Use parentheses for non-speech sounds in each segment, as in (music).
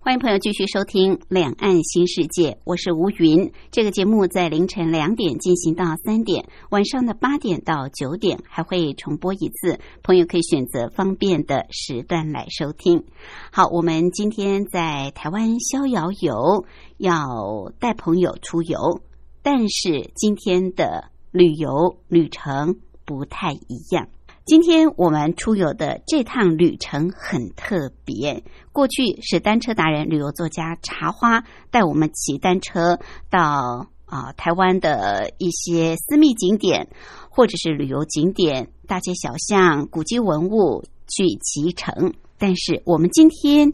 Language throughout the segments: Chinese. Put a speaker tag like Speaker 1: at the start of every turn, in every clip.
Speaker 1: 欢迎朋友继续收听《两岸新世界》，我是吴云。这个节目在凌晨两点进行到三点，晚上的八点到九点还会重播一次，朋友可以选择方便的时段来收听。好，我们今天在台湾逍遥游，要带朋友出游，但是今天的旅游旅程不太一样。今天我们出游的这趟旅程很特别。过去是单车达人、旅游作家茶花带我们骑单车到啊、呃台湾的一些私密景点，或者是旅游景点、大街小巷、古迹文物去骑乘。但是我们今天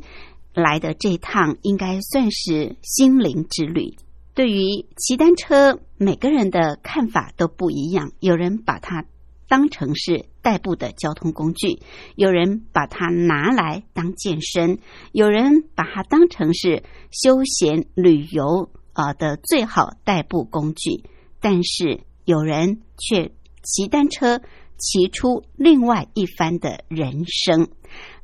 Speaker 1: 来的这趟应该算是心灵之旅。对于骑单车，每个人的看法都不一样，有人把它当成是代步的交通工具，有人把它拿来当健身，有人把它当成是休闲旅游啊、呃的最好代步工具，但是有人却骑单车骑出另外一番的人生，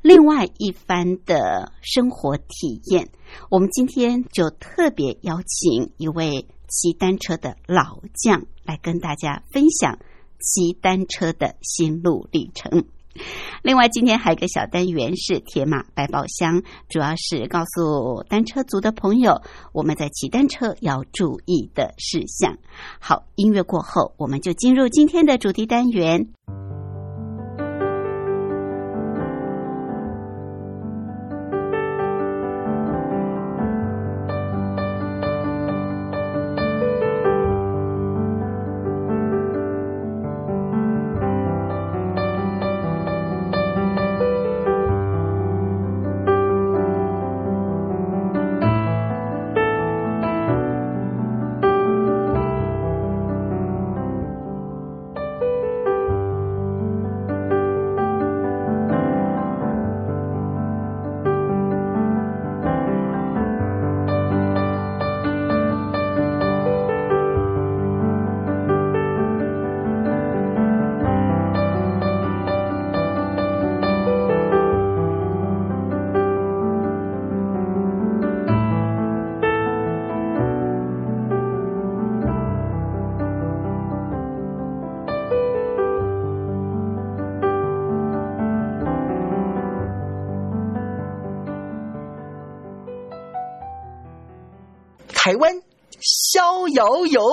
Speaker 1: 另外一番的生活体验。我们今天就特别邀请一位骑单车的老将来跟大家分享骑单车的心路历程。另外，今天还有一个小单元是铁马百宝箱，主要是告诉单车族的朋友，我们在骑单车要注意的事项。好，音乐过后，我们就进入今天的主题单元。
Speaker 2: 台湾逍遥游。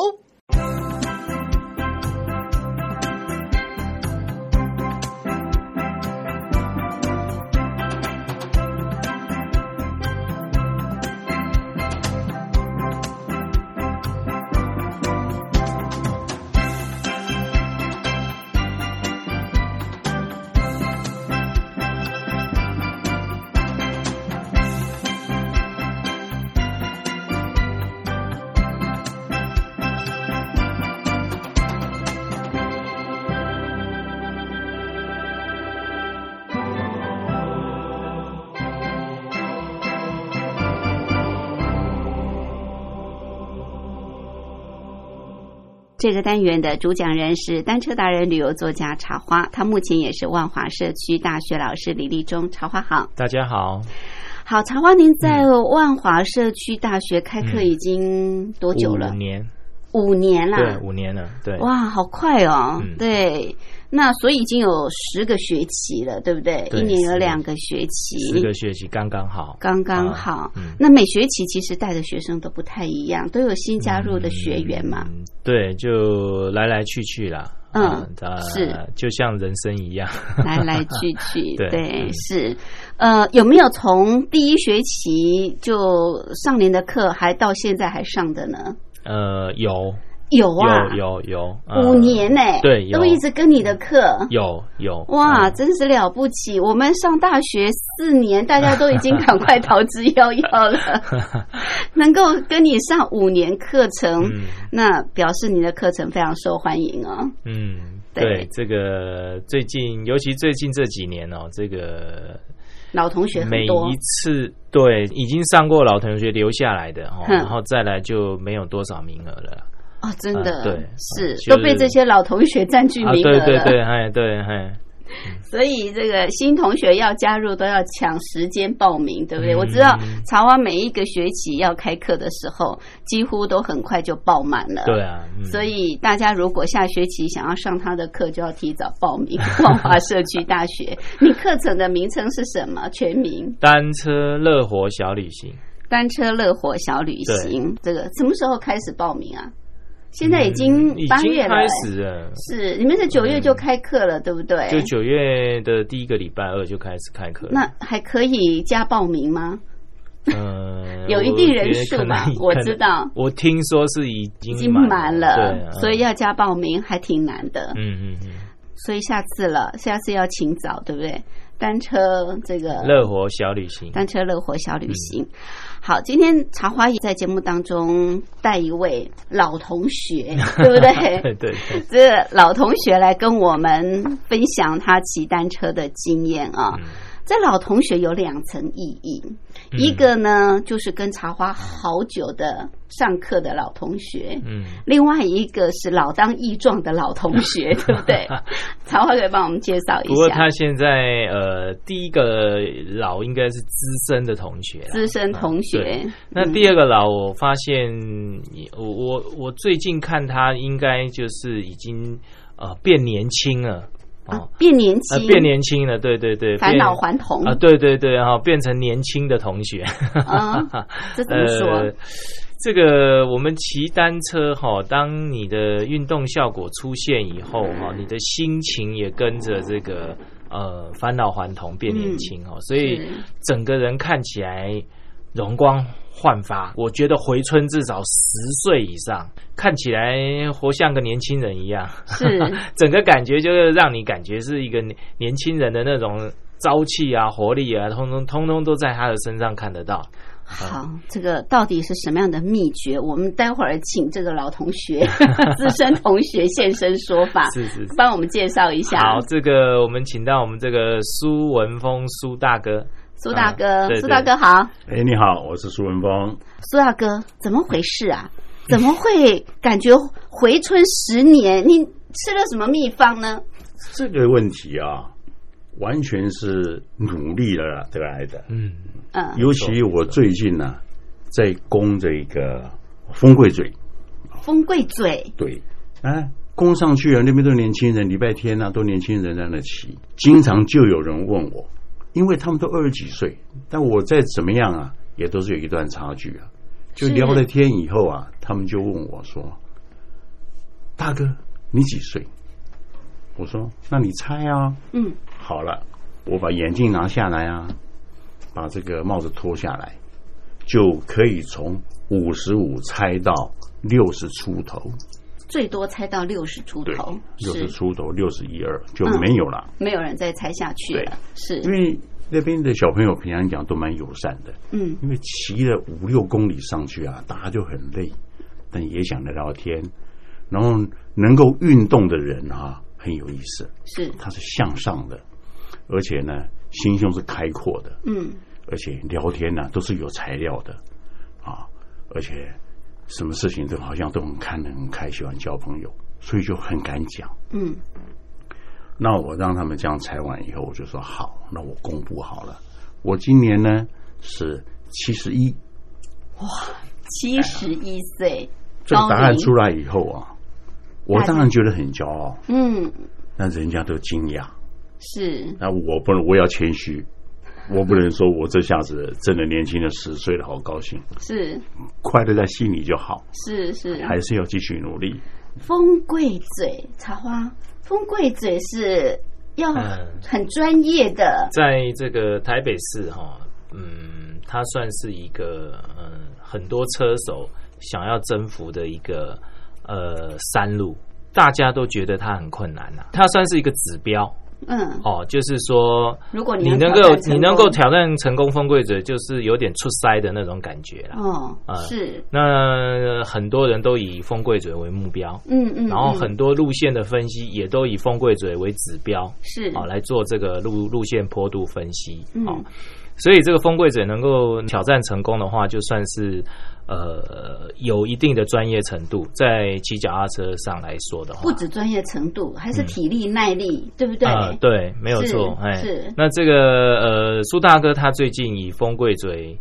Speaker 1: 这个单元的主讲人是单车达人、旅游作家茶花，他目前也是万华社区大学老师李立忠。茶花好，
Speaker 3: 大家好，
Speaker 1: 好，茶花，您在万华社区大学开课已经多久了
Speaker 3: 五？年，
Speaker 1: 嗯五年啦，
Speaker 3: 对，五年了，对，
Speaker 1: 哇，好快哦！
Speaker 3: 嗯
Speaker 1: 对，那所以已经有十个学期了，对不对？
Speaker 3: 对
Speaker 1: 一年有
Speaker 3: 是的
Speaker 1: 两个学期，
Speaker 3: 四个学期刚刚好，
Speaker 1: 刚刚好。
Speaker 3: 嗯
Speaker 1: 那每学期其实带的学生都不太一样，都有新加入的学员嘛。
Speaker 3: 嗯，对，就来来去去啦，
Speaker 1: 嗯
Speaker 3: 啊它
Speaker 1: 是
Speaker 3: 就像人生一样， (laughs)
Speaker 1: 来来去去，
Speaker 3: 嗯对嗯
Speaker 1: 是，呃，有没有从第一学期就上您的课，还到现在还上的呢？
Speaker 3: 呃，有，
Speaker 1: 有啊，
Speaker 3: 有有有，
Speaker 1: 五
Speaker 3: 嗯
Speaker 1: 年呢、
Speaker 3: 对有
Speaker 1: 都一直跟你的课。 (laughs)
Speaker 3: 有有
Speaker 1: 哇，
Speaker 3: 嗯
Speaker 1: 真是了不起！我们上大学四年，大家都已经赶快逃之夭
Speaker 3: (laughs)
Speaker 1: 夭了。能够跟你上五年课程，
Speaker 3: 嗯
Speaker 1: 那表示你的课程非常受欢迎哦。
Speaker 3: 嗯，
Speaker 1: 对
Speaker 3: 对，这个最近，尤其最近这几年哦，这个
Speaker 1: 老同学
Speaker 3: 每
Speaker 1: 很多
Speaker 3: 一，次对已经上过老同学留下来的哦，
Speaker 1: 哼
Speaker 3: 然后再来就没有多少名额了。
Speaker 1: 哦，真的，
Speaker 3: 啊对
Speaker 1: 是、
Speaker 3: 就是
Speaker 1: 都被这些老同学占据
Speaker 3: 啊，
Speaker 1: 名额
Speaker 3: 对
Speaker 1: 了。
Speaker 3: 对对，哎对哎，
Speaker 1: 所以这个新同学要加入都要抢时间报名，对不对？
Speaker 3: 嗯
Speaker 1: 我知道茶花每一个学期要开课的时候，几乎都很快就爆满了。
Speaker 3: 对。啊，嗯
Speaker 1: 所以大家如果下学期想要上他的课，就要提早报名万华社区大学。
Speaker 3: (laughs)
Speaker 1: 你课程的名称是什么？全名
Speaker 3: 单车乐活小旅行，
Speaker 1: “单车乐活小旅行”。这个什么时候开始报名啊？现在已经
Speaker 3: 嗯已
Speaker 1: 八
Speaker 3: 经
Speaker 1: 月了、
Speaker 3: 开始了，
Speaker 1: 是你们是九月就开课了，对不对？
Speaker 3: 就九月的第一个礼拜二就开始开课了。
Speaker 1: 那还可以加报名吗？
Speaker 3: 嗯，
Speaker 1: (laughs) 有一定人数吧
Speaker 3: 我觉得可
Speaker 1: 我
Speaker 3: 能
Speaker 1: 知道。
Speaker 3: 我听说是已经
Speaker 1: 已经满
Speaker 3: 满
Speaker 1: 了，
Speaker 3: 对啊
Speaker 1: 所以要加报名还挺难的。
Speaker 3: 嗯嗯嗯。
Speaker 1: 所以下次了，下次要请早，对不对？单车这个
Speaker 3: 乐活小旅行，
Speaker 1: 单车乐活小旅行。好，今天茶花也在节目当中带一位老同
Speaker 3: (laughs)
Speaker 1: 学，对不
Speaker 3: 对
Speaker 1: 对？
Speaker 3: 对对，
Speaker 1: 这老同学来跟我们分享他骑单车的经验啊、
Speaker 3: 嗯
Speaker 1: 这老同学有两层意义，
Speaker 3: 嗯
Speaker 1: 一个呢就是跟茶花好久的上课的老同学，
Speaker 3: 嗯，
Speaker 1: 另外一个是老当益壮的老同
Speaker 3: (laughs)
Speaker 1: 学，对不对？茶花可以帮我们介绍一
Speaker 3: 不过
Speaker 1: 下
Speaker 3: 他现在呃，第一个老应该是资深的同学啦，
Speaker 1: 资深
Speaker 3: 嗯
Speaker 1: 同
Speaker 3: 对
Speaker 1: 学。
Speaker 3: 那
Speaker 1: 嗯
Speaker 3: 第二个老，我发现我我我最近看他应该就是已经呃变年轻了
Speaker 1: 啊
Speaker 3: 哦，
Speaker 1: 变年
Speaker 3: 呃
Speaker 1: 轻，
Speaker 3: 变年轻了，对对对，
Speaker 1: 返老
Speaker 3: 变
Speaker 1: 还童
Speaker 3: 啊，对对对哈、变成年轻的同学， (laughs)
Speaker 1: 啊 (laughs) 这怎么
Speaker 3: 呃
Speaker 1: 说？，
Speaker 3: 这个我们骑单车哈、当你的运动效果出现以后哈、你的心情也跟着这个呃返老还童变年轻哦，所以
Speaker 1: 是
Speaker 3: 整个人看起来容光焕发。我觉得回春至少十岁以上，看起来活像个年轻人一样。 (laughs)
Speaker 1: 是
Speaker 3: 整个感觉就是让你感觉是一个年年轻人的那种朝气啊、活力啊，通通通通都在他的身上看得到。
Speaker 1: 好，这个到底是什么样的秘诀？我们待会儿请这个老同
Speaker 3: (laughs)
Speaker 1: 学、资深同学现身说法，
Speaker 3: 是是是。
Speaker 1: 帮我们介绍一下。
Speaker 3: 好，这个我们请到我们这个苏文峰苏大哥，
Speaker 1: 苏大哥
Speaker 3: 啊，对
Speaker 1: 苏大哥好，
Speaker 4: 哎，你好，我是苏文峰。
Speaker 1: 苏大哥，怎么回事啊？怎么会感觉回春十年？你吃了什么秘方呢？
Speaker 4: 这个问题啊，完全是努力了得来的。
Speaker 3: 嗯，
Speaker 1: 嗯，
Speaker 4: 尤其我最近呢、在攻这个丰贵嘴，
Speaker 1: 风贵嘴，
Speaker 4: 对，啊，攻上去啊，那边都年轻人，礼拜天啊，都年轻人在那骑，经常就有人问我，因为他们都二十几岁，但我再怎么样啊，也都是有一段差距啊。就是聊了天以后啊，他们就问我说：“大哥，你几岁？”我说：“那你猜啊。”
Speaker 1: 嗯，
Speaker 4: 好了，我把眼镜拿下来啊，把这个帽子脱下来，就可以从五十五猜到六十出头，
Speaker 1: 最多猜到六十出
Speaker 4: 对
Speaker 1: 头，，
Speaker 4: 六
Speaker 1: 是
Speaker 4: 十出头，六十一二就
Speaker 1: 嗯
Speaker 4: 没有了。
Speaker 1: 没有人再猜下去了，是
Speaker 4: 因，为那边的小朋友平常讲都蛮友善的，
Speaker 1: 嗯，
Speaker 4: 因为骑了五六公里上去啊，大家就很累，但也想聊聊天，然后能够运动的人啊，很有意思，
Speaker 1: 是，
Speaker 4: 他是向上的，而且呢，心胸是开阔的。
Speaker 1: 嗯，
Speaker 4: 而且聊天呢、都是有材料的啊，而且什么事情都好像都很看得很开，喜欢交朋友，所以就很敢讲。
Speaker 1: 嗯，
Speaker 4: 那我让他们这样采完以后，我就说好，那我公布好了，我今年呢是七十一，
Speaker 1: 七十一岁，
Speaker 4: 这个答案
Speaker 1: 高龄
Speaker 4: 出来以后啊，我当然觉得很骄傲，
Speaker 1: 嗯，
Speaker 4: 那人家都惊讶，
Speaker 1: 是
Speaker 4: 那我不能，我要谦虚。我不能说我这下子真的年轻了十岁了，好高兴，
Speaker 1: 是
Speaker 4: 快乐在心里就好，
Speaker 1: 是是，
Speaker 4: 还是要继续努力。
Speaker 1: 风贵嘴茶花，风贵嘴是要
Speaker 3: 嗯
Speaker 1: 很专业的，
Speaker 3: 在这个台北市哈、嗯，它算是一个嗯、呃很多车手想要征服的一个呃山路，大家都觉得它很困难呐、它算是一个指标
Speaker 1: 嗯，
Speaker 3: 哦，就是说
Speaker 1: 如果
Speaker 3: 你
Speaker 1: 要
Speaker 3: 能
Speaker 1: 哦挑
Speaker 3: 够
Speaker 1: 战成
Speaker 3: 你能够
Speaker 1: 功
Speaker 3: 挑战成功风贵者，就是有点出塞的那种感觉啦。
Speaker 1: 哦
Speaker 3: 啊，
Speaker 1: 是，
Speaker 3: 那呃很多人都以风贵嘴为目标，
Speaker 1: 嗯嗯，
Speaker 3: 然后
Speaker 1: 嗯
Speaker 3: 很多路线的分析也都以风贵嘴为指标，
Speaker 1: 是
Speaker 3: 好、来做这个路路线坡度分析，
Speaker 1: 嗯
Speaker 3: 好、所以这个风贵嘴能够挑战成功的话，就算是呃有一定的专业程度，在骑脚踏车上来说的话，
Speaker 1: 不止专业程度，还是
Speaker 3: 嗯
Speaker 1: 体力耐力，对不对？
Speaker 3: 啊、对，没有
Speaker 1: 是
Speaker 3: 错，哎，
Speaker 1: 是
Speaker 3: 那这个呃，苏大哥他最近以风贵嘴，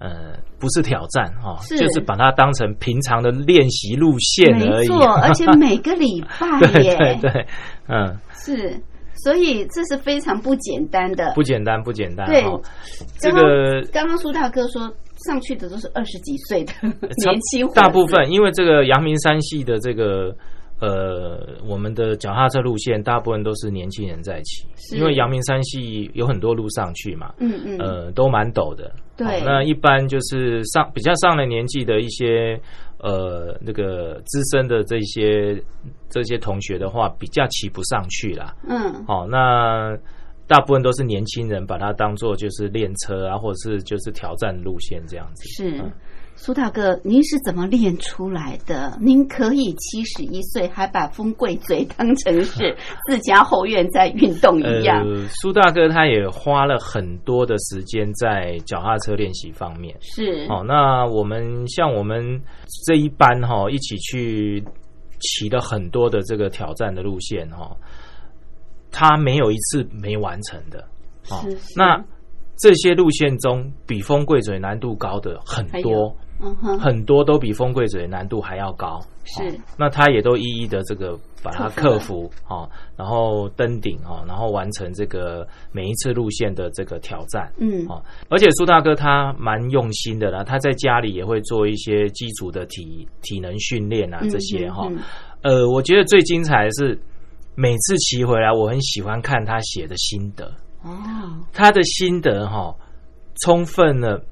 Speaker 3: 呃，不是挑战哈、哦，
Speaker 1: 是
Speaker 3: 就是把它当成平常的练习路线而
Speaker 1: 没
Speaker 3: 已，
Speaker 1: 错，而且每个礼拜
Speaker 3: (laughs) 对
Speaker 1: 耶，
Speaker 3: 对对，嗯，
Speaker 1: 是，所以这是非常不简单的。
Speaker 3: 不简单，不简单，
Speaker 1: 对
Speaker 3: 哦，这
Speaker 1: 刚刚
Speaker 3: 个
Speaker 1: 刚刚苏大哥说，上去的都是二十几岁的
Speaker 3: 差
Speaker 1: (laughs) 年轻伙子，
Speaker 3: 大部分因为这个阳明山系的这个呃，我们的脚踏车路线大部分都是年轻人在骑，
Speaker 1: 是
Speaker 3: 因为阳明山系有很多路上去嘛，
Speaker 1: 嗯嗯，
Speaker 3: 呃，都蛮陡的。
Speaker 1: 对
Speaker 3: 好那一般就是上比较上了年纪的一些呃那个资深的这些这些同学的话，比较骑不上去啦。
Speaker 1: 嗯
Speaker 3: 好、哦那大部分都是年轻人把它当做就是练车啊，或者是就是挑战路线这样子。
Speaker 1: 是
Speaker 3: 嗯。
Speaker 1: 苏大哥，您是怎么练出来的？您可以七十一岁还把风贵嘴当
Speaker 3: (laughs)
Speaker 1: 成是自家后院在运动一样，
Speaker 3: 呃，苏大哥他也花了很多的时间在脚踏车练习方面。
Speaker 1: 是
Speaker 3: 好、那我们像我们这一班哈、一起去骑了很多的这个挑战的路线哈、他没有一次没完成的。哦
Speaker 1: 是是
Speaker 3: 那这些路线中，比风贵嘴难度高的很
Speaker 1: 还
Speaker 3: 多
Speaker 1: 有，嗯哼，
Speaker 3: 很多都比风贵嘴难度还要高。
Speaker 1: 是
Speaker 3: 哦那他也都一一的这个把它克
Speaker 1: 克
Speaker 3: 服哦，然后登顶哦，然后完成这个每一次路线的这个挑战。
Speaker 1: 嗯
Speaker 3: 哦，而且苏大哥他蛮用心的啦，他在家里也会做一些基础的体体能训练啊
Speaker 1: 嗯
Speaker 3: 这些哈、
Speaker 1: 嗯嗯
Speaker 3: 呃，我觉得最精彩的是每次骑回来，我很喜欢看他写的心得，
Speaker 1: 哦，
Speaker 3: 他的心得哈、充分的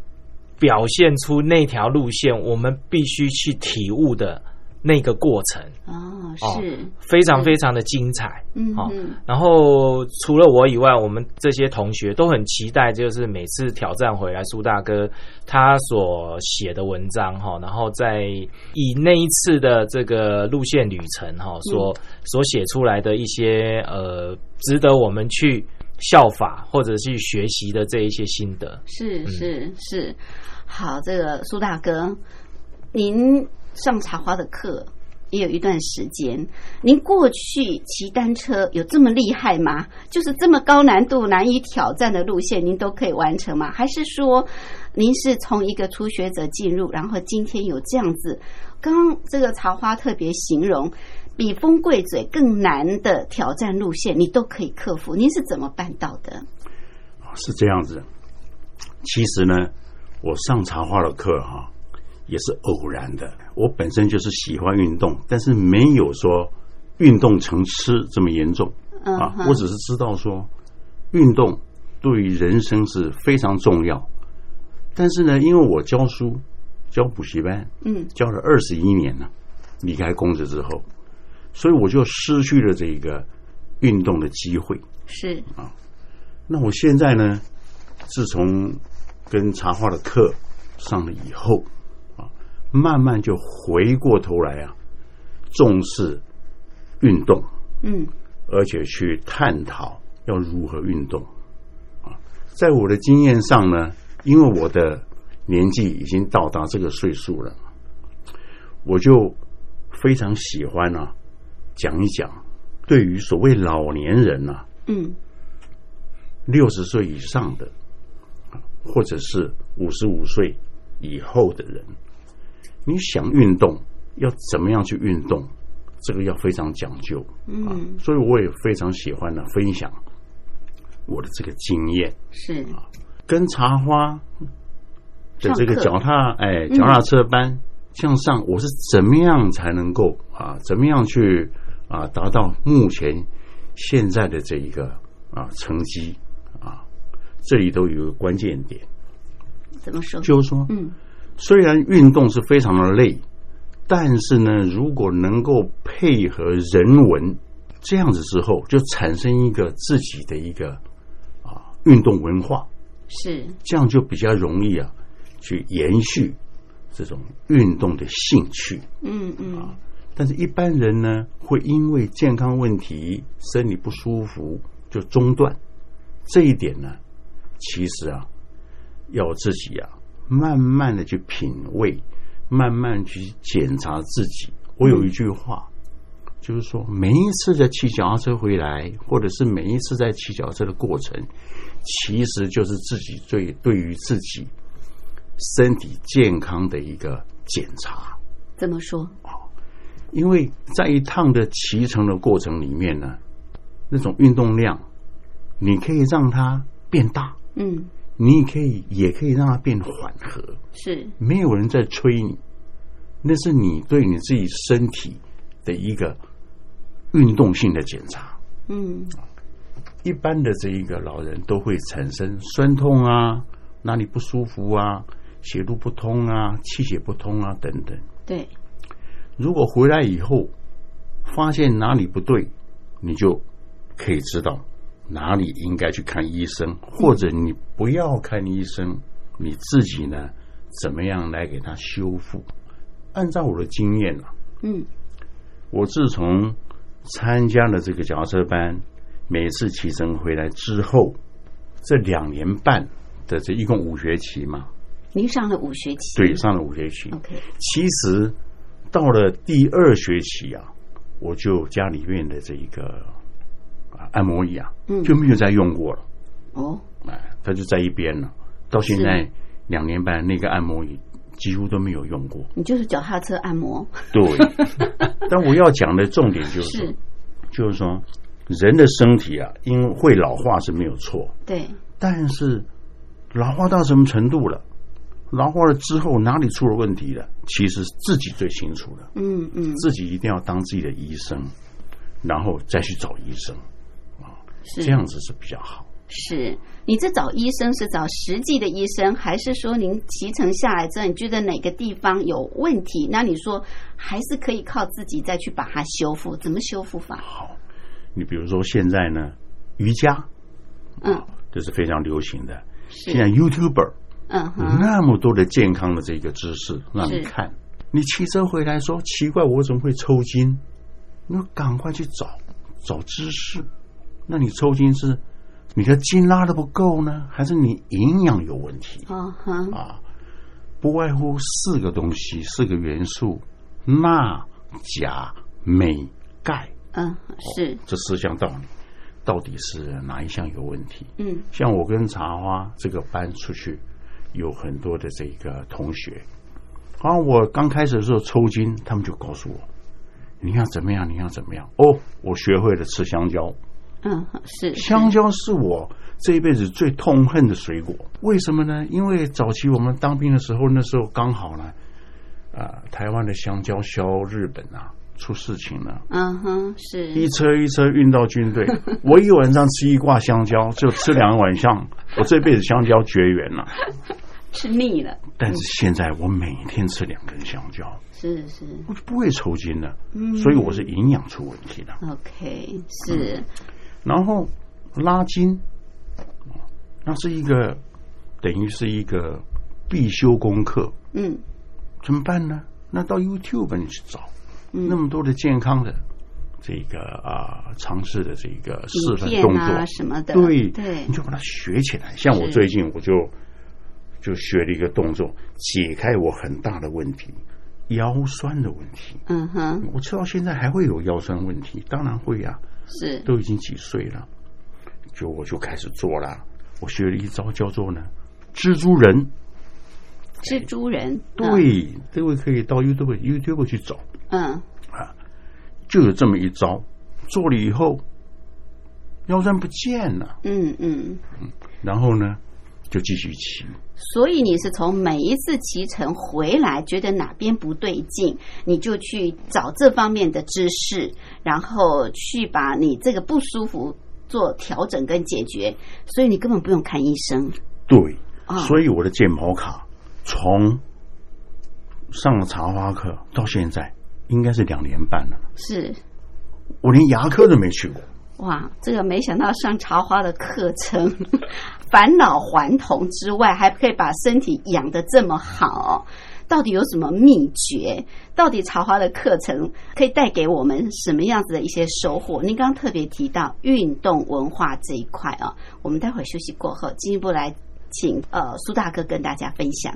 Speaker 3: 表现出那条路线我们必须去体悟的那个过程，
Speaker 1: 哦，
Speaker 3: 哦
Speaker 1: 是，
Speaker 3: 非常非常的精彩。
Speaker 1: 嗯
Speaker 3: 好
Speaker 1: 嗯，
Speaker 3: 然后除了我以外，我们这些同学都很期待，就是每次挑战回来，苏大哥他所写的文章哈，然后在以那一次的这个路线旅程哈，所、所写出来的一些呃，值得我们去效法或者去学习的这一些心得。
Speaker 1: 是
Speaker 3: 嗯
Speaker 1: 是是，好，这个苏大哥，您上茶花的课也有一段时间，您过去骑单车有这么厉害吗？就是这么高难度、难以挑战的路线，您都可以完成吗？还是说，您是从一个初学者进入，然后今天有这样子？刚刚这个茶花特别形容。比风贵嘴更难的挑战路线，你都可以克服。您是怎么办到的？
Speaker 4: 是这样子。其实呢，我上茶花的课哈、也是偶然的。我本身就是喜欢运动，但是没有说运动成痴这么严重
Speaker 1: 嗯
Speaker 4: 啊。
Speaker 1: 哼
Speaker 4: 我只是知道说，运动对于人生是非常重要。但是呢，因为我教书，教补习班，
Speaker 1: 嗯，
Speaker 4: 教了二十一年了，离开公职之后，所以我就失去了这个运动的机会。
Speaker 1: 是
Speaker 4: 那我现在呢，自从跟茶花的课上了以后啊，慢慢就回过头来啊，重视运动，
Speaker 1: 嗯
Speaker 4: 而且去探讨要如何运动啊。在我的经验上呢，因为我的年纪已经到达这个岁数了，我就非常喜欢啊，讲一讲对于所谓老年人啊。
Speaker 1: 嗯
Speaker 4: 六十岁以上的，或者是五十五岁以后的人，你想运动要怎么样去运动，这个要非常讲究。
Speaker 1: 嗯，
Speaker 4: 所以我也非常喜欢呢分享我的这个经验，
Speaker 1: 是
Speaker 4: 啊跟茶花的这
Speaker 1: 上课
Speaker 4: 个
Speaker 1: 嗯
Speaker 4: 脚踏哎脚踏车班向上，我是怎么样才能够啊，怎么样去啊达到目前现在的这一个啊成绩啊，这里都有一个关键点，
Speaker 1: 怎么说？
Speaker 4: 就是说，
Speaker 1: 嗯
Speaker 4: 虽然运动是非常的累，但是呢，如果能够配合人文这样子之后，就产生一个自己的一个啊运动文化，
Speaker 1: 是
Speaker 4: 这样就比较容易啊去延续这种运动的兴趣。
Speaker 1: 嗯
Speaker 4: 啊
Speaker 1: 嗯
Speaker 4: 但是，一般人呢，会因为健康问题、身体不舒服就中断。这一点呢，其实啊，要自己啊，慢慢的去品味，慢慢去检查自己。我有一句话，就是说，每一次在骑脚踏车回来，或者是每一次在骑脚踏车的过程，其实就是自己对对于自己身体健康的一个检查。
Speaker 1: 这么说？
Speaker 4: 因为在一趟的骑乘的过程里面呢，那种运动量，你可以让它变大，
Speaker 1: 嗯，
Speaker 4: 你也可以也可以让它变缓和，
Speaker 1: 是
Speaker 4: 没有人在催你，那是你对你自己身体的一个运动性的检查。
Speaker 1: 嗯
Speaker 4: 啊一般的这一个老人都会产生酸痛啊，哪里不舒服啊，血路不通啊，气血不通啊等等。
Speaker 1: 对，
Speaker 4: 如果回来以后发现哪里不对，你就可以知道哪里应该去看医生，或者你不要看医生，你自己呢怎么样来给它修复？按照我的经验啊，
Speaker 1: 嗯
Speaker 4: 我自从参加了这个脚踏车班，每次骑乘回来之后，这两年半的这一共五学期嘛，
Speaker 1: 您上了五学期，
Speaker 4: 对，上了五学期，
Speaker 1: ，OK，
Speaker 4: 其实到了第二学期啊，我就家里面的这一个啊按摩椅啊，
Speaker 1: 嗯
Speaker 4: 就没有再用过了，
Speaker 1: 哦，
Speaker 4: 哎，它就在一边了。到现在两年半，那个按摩椅几乎都没有用过。
Speaker 1: 你就是脚踏车按摩，
Speaker 4: 对， (laughs) 但我要讲的重点就是说，
Speaker 1: 是
Speaker 4: 就是说人的身体啊，因为会老化是没有错，
Speaker 1: 对，
Speaker 4: 但是老化到什么程度了？老化了之后哪里出了问题了？其实自己最清楚了。
Speaker 1: 嗯嗯，
Speaker 4: 自己一定要当自己的医生，然后再去找医生，
Speaker 1: 是
Speaker 4: 这样子是比较好。
Speaker 1: 是，你这找医生是找实际的医生，还是说您骑乘下来之后，你觉得哪个地方有问题？那你说还是可以靠自己再去把它修复，怎么修复法？
Speaker 4: 好，你比如说现在呢，瑜伽
Speaker 1: 嗯，
Speaker 4: 这是非常流行的。
Speaker 1: 是
Speaker 4: 现，在 YouTuber
Speaker 1: 嗯哼，
Speaker 4: 那么多的健康的这个知识让你看，你骑车回来说奇怪，我怎么会抽筋？你要赶快去找找知识。那你抽筋是你的筋拉的不够呢，还是你营养有问题？
Speaker 1: 嗯哼，
Speaker 4: 啊，不外乎四个东西，四个元素：钠、钾、镁、钙，
Speaker 1: 嗯，是，
Speaker 4: 这四项道理，到底是哪一项有问题？
Speaker 1: 嗯
Speaker 4: 像我跟茶花这个班出去，有很多的这个同学，啊，我刚开始的时候抽筋，他们就告诉我，你要怎么样，你要怎么样。哦，我学会了吃香蕉，
Speaker 1: 嗯，是，
Speaker 4: 香蕉是我这一辈子最痛恨的水果，为什么呢？因为早期我们当兵的时候，那时候刚好呢，啊、台湾的香蕉销日本啊，出事情了，
Speaker 1: 嗯哼，
Speaker 4: 一
Speaker 1: 是，
Speaker 4: 车一车运到军队，我一晚上吃一挂香蕉，就吃两个晚上，我这辈子香蕉绝缘了。
Speaker 1: 吃腻了，
Speaker 4: 但是现在我每天吃两根香蕉，
Speaker 1: 是是，
Speaker 4: 我就不会抽筋了，
Speaker 1: 嗯，
Speaker 4: 所以我是营养出问题了。
Speaker 1: OK，是，
Speaker 4: 然后拉筋，那是一个等于是一个必修功课，
Speaker 1: 嗯
Speaker 4: 怎么办呢？那到 YouTube 你去找
Speaker 1: 嗯，
Speaker 4: 那么多的健康的这个啊尝试的这个示
Speaker 1: 影
Speaker 4: 范
Speaker 1: 片
Speaker 4: 动
Speaker 1: 啊
Speaker 4: 作，
Speaker 1: 什么的，
Speaker 4: 对
Speaker 1: 对
Speaker 4: 你，就把它学起来。像我
Speaker 1: 是
Speaker 4: 最近我就就学了一个动作，解开我很大的问题——腰酸的问题。
Speaker 1: 嗯哼，
Speaker 4: 我知道现在还会有腰酸问题，当然会啊。
Speaker 1: 是，
Speaker 4: 都已经几岁了，就我就开始做了。我学了一招叫做呢，蜘蛛人。
Speaker 1: 蜘蛛人，嗯
Speaker 4: 对，这位可以到 YouTube YouTube 去找，
Speaker 1: 嗯，
Speaker 4: 就有这么一招。做了以后，腰酸不见了，
Speaker 1: 嗯嗯。
Speaker 4: 然后呢，就继续骑。
Speaker 1: 所以你是从每一次骑乘回来，觉得哪边不对劲，你就去找这方面的知识，然后去把你这个不舒服做调整跟解决。所以你根本不用看医生
Speaker 4: 对，
Speaker 1: 啊，
Speaker 4: 所以我的健保卡从上了茶花课到现在应该是两年半了，
Speaker 1: 是
Speaker 4: 我连牙科都没去过。
Speaker 1: 哇，这个没想到上茶花的课程， (laughs) 返老还童之外，还可以把身体养得这么好，到底有什么秘诀？到底茶花的课程可以带给我们什么样子的一些收获？您刚刚特别提到运动文化这一块啊，我们待会儿休息过后进一步来请呃苏大哥跟大家分享。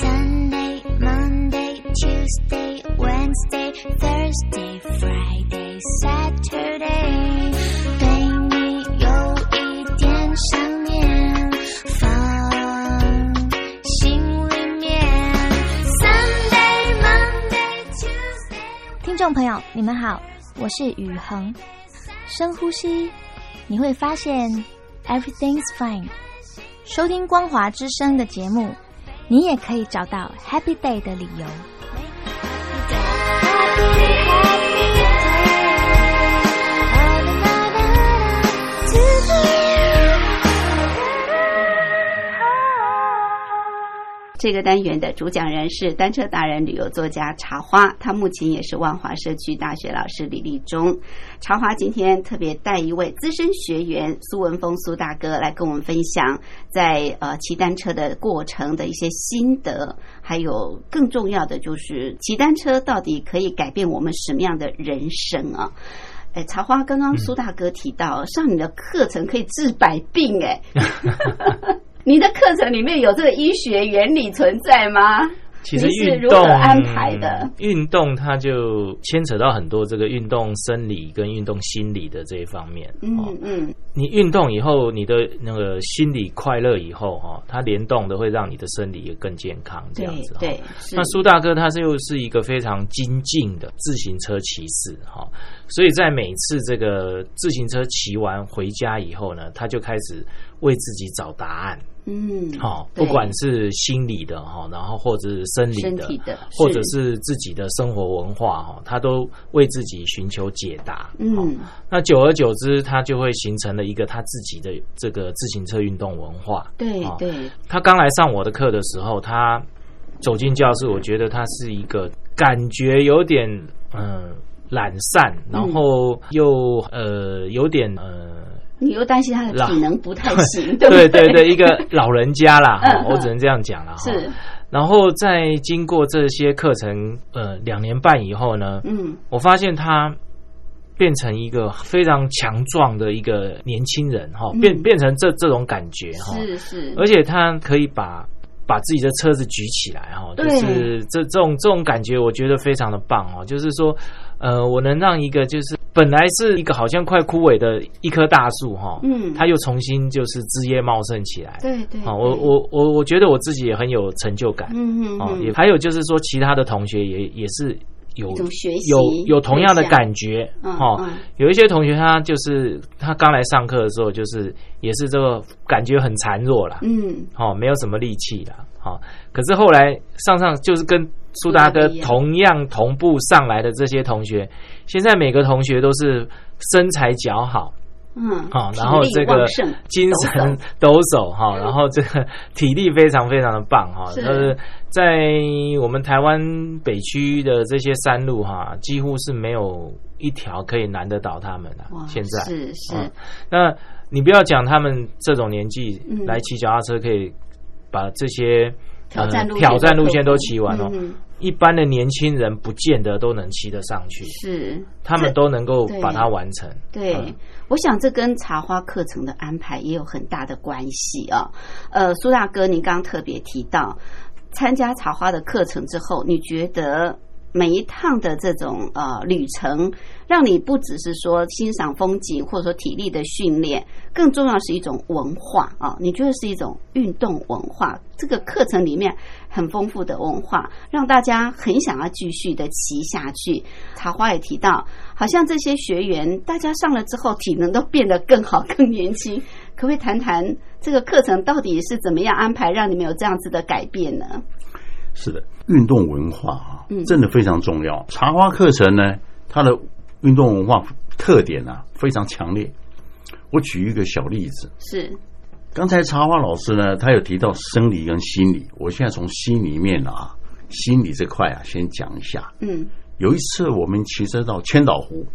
Speaker 5: Sunday, Monday, Tuesday, Wednesday, Thursday, Friday, Saturday。对你有一点想念，放心里面。Sunday, Monday, Tuesday。
Speaker 6: 听众朋友，你们好，我是雨恒。深呼吸，你会发现 everything's fine。收听光华之声的节目，你也可以找到 Happy Day 的理由。
Speaker 5: Happy, happy day. To you.
Speaker 1: 这个单元的主讲人是单车达人、旅游作家茶花，他目前也是万华社区大学老师李立忠。茶花今天特别带一位资深学员苏文峰苏大哥来跟我们分享在呃骑单车的过程的一些心得，还有更重要的就是骑单车到底可以改变我们什么样的人生啊？哎，茶花，刚刚苏大哥提到、上你的课程可以治百病、哎，你的课程里面有这个医学原理存在吗？
Speaker 3: 其实
Speaker 1: 你是
Speaker 3: 运
Speaker 1: 如
Speaker 3: 动
Speaker 1: 何安排的
Speaker 3: 运动它就牵扯到很多这个运动生理跟运动心理的这一方面。哦
Speaker 1: 嗯嗯，
Speaker 3: 你运动以后，你的那个心理快乐以后哈、哦，它联动的会让你的生理也更健康，这
Speaker 1: 对
Speaker 3: 样子、哦。
Speaker 1: 对，是
Speaker 3: 那苏大哥他是又是一个非常精进的自行车骑士哈、所以在每次这个自行车骑完回家以后呢，他就开始为自己找答案
Speaker 1: 嗯，
Speaker 3: 哈、
Speaker 1: 对
Speaker 3: 不管是心理的哈、然后或者是生理
Speaker 1: 身
Speaker 3: 的哦
Speaker 1: 体，的，
Speaker 3: 或者是自己的生活文化哈、他都为自己寻求解答。哦
Speaker 1: 嗯
Speaker 3: 那久而久之，他就会形成了一个他自己的这个自行车运动文化。
Speaker 1: 对
Speaker 3: 哦
Speaker 1: 对，
Speaker 3: 他刚来上我的课的时候，他走进教室，我觉得他是一个感觉有点嗯懒散，然后
Speaker 1: 嗯
Speaker 3: 又呃有点呃。
Speaker 1: 你又担心他的
Speaker 3: 啦
Speaker 1: 体能不太行，
Speaker 3: 对
Speaker 1: 对不
Speaker 3: 对
Speaker 1: 对
Speaker 3: 对，一个老人家啦，
Speaker 1: (laughs) 嗯
Speaker 3: 哈我只能这样讲了哈。
Speaker 1: (laughs) 是，
Speaker 3: 然后在经过这些课程，呃，两年半以后呢，
Speaker 1: 嗯
Speaker 3: 我发现他变成一个非常强壮的一个年轻人哈，变
Speaker 1: 嗯
Speaker 3: 变成这这种感觉哈。
Speaker 1: 是是，
Speaker 3: 而且他可以把把自己的车子举起来哈，就
Speaker 1: 对
Speaker 3: 是这这种这种感觉，我觉得非常的棒哦。就是说，呃，我能让一个就是本来是一个好像快枯萎的一棵大树哈，
Speaker 1: 嗯
Speaker 3: 它又重新就是枝叶茂盛起来。
Speaker 1: 对对，
Speaker 3: 好，我
Speaker 1: 对
Speaker 3: 我我我觉得我自己也很有成就感。
Speaker 1: 嗯嗯
Speaker 3: 哦，也
Speaker 1: 嗯，
Speaker 3: 还有就是说，其他的同学也也是有
Speaker 1: 一种学习
Speaker 3: 有有同样的
Speaker 1: 分享
Speaker 3: 感觉
Speaker 1: 嗯
Speaker 3: 哦。
Speaker 1: 嗯
Speaker 3: 有一些同学他就是他刚来上课的时候，就是也是这个感觉很孱弱啦，
Speaker 1: 嗯
Speaker 3: 哦，没有什么力气啦，哦。可是后来上上就是跟苏大
Speaker 1: 苏
Speaker 3: 哥
Speaker 1: 大哥一样
Speaker 3: 同样同步上来的这些同学，现在每个同学都是身材姣好，
Speaker 1: 嗯，
Speaker 3: 哦，
Speaker 1: 体
Speaker 3: 然后
Speaker 1: 力
Speaker 3: 这个
Speaker 1: 旺盛
Speaker 3: 精神抖擞哈，然后这个体力非常非常的棒哈，
Speaker 1: 是
Speaker 3: 就是在我们台湾北区的这些山路哈，几乎是没有一条可以难得倒他们的啊
Speaker 1: 哇，。
Speaker 3: 现在，
Speaker 1: 是是，
Speaker 3: 嗯那你不要讲他们这种年纪
Speaker 1: 嗯
Speaker 3: 来骑脚踏车，可以把这些
Speaker 1: 挑战路
Speaker 3: 呃
Speaker 1: 线
Speaker 3: 挑战
Speaker 1: 都
Speaker 3: 路线
Speaker 1: 克
Speaker 3: 都
Speaker 1: 服
Speaker 3: 骑完哦。
Speaker 1: 嗯嗯
Speaker 3: 一般的年轻人不见得都能骑得上去，
Speaker 1: 是，
Speaker 3: 他们都能够
Speaker 1: 对
Speaker 3: 把它完成。
Speaker 1: 对，
Speaker 3: 嗯
Speaker 1: 我想这跟茶花课程的安排也有很大的关系啊。呃，苏大哥，您刚刚特别提到。参加茶花的课程之后，你觉得每一趟的这种呃旅程，让你不只是说欣赏风景，或者说体力的训练，更重要是一种文化啊！你觉得是一种运动文化？这个课程里面很丰富的文化，让大家很想要继续的骑下去。茶花也提到，好像这些学员大家上了之后，体能都变得更好、更年轻。可不可以谈谈这个课程到底是怎么样安排，让你们有这样子的改变呢？
Speaker 4: 是的，运动文化啊
Speaker 1: 嗯，
Speaker 4: 真的非常重要。茶花课程呢，它的运动文化特点啊非常强烈。我举一个小例子，
Speaker 1: 是，
Speaker 4: 刚才茶花老师呢，他有提到生理跟心理，我现在从心里面啊，心理这块啊，先讲一下。
Speaker 1: 嗯，
Speaker 4: 有一次我们骑车到千岛湖，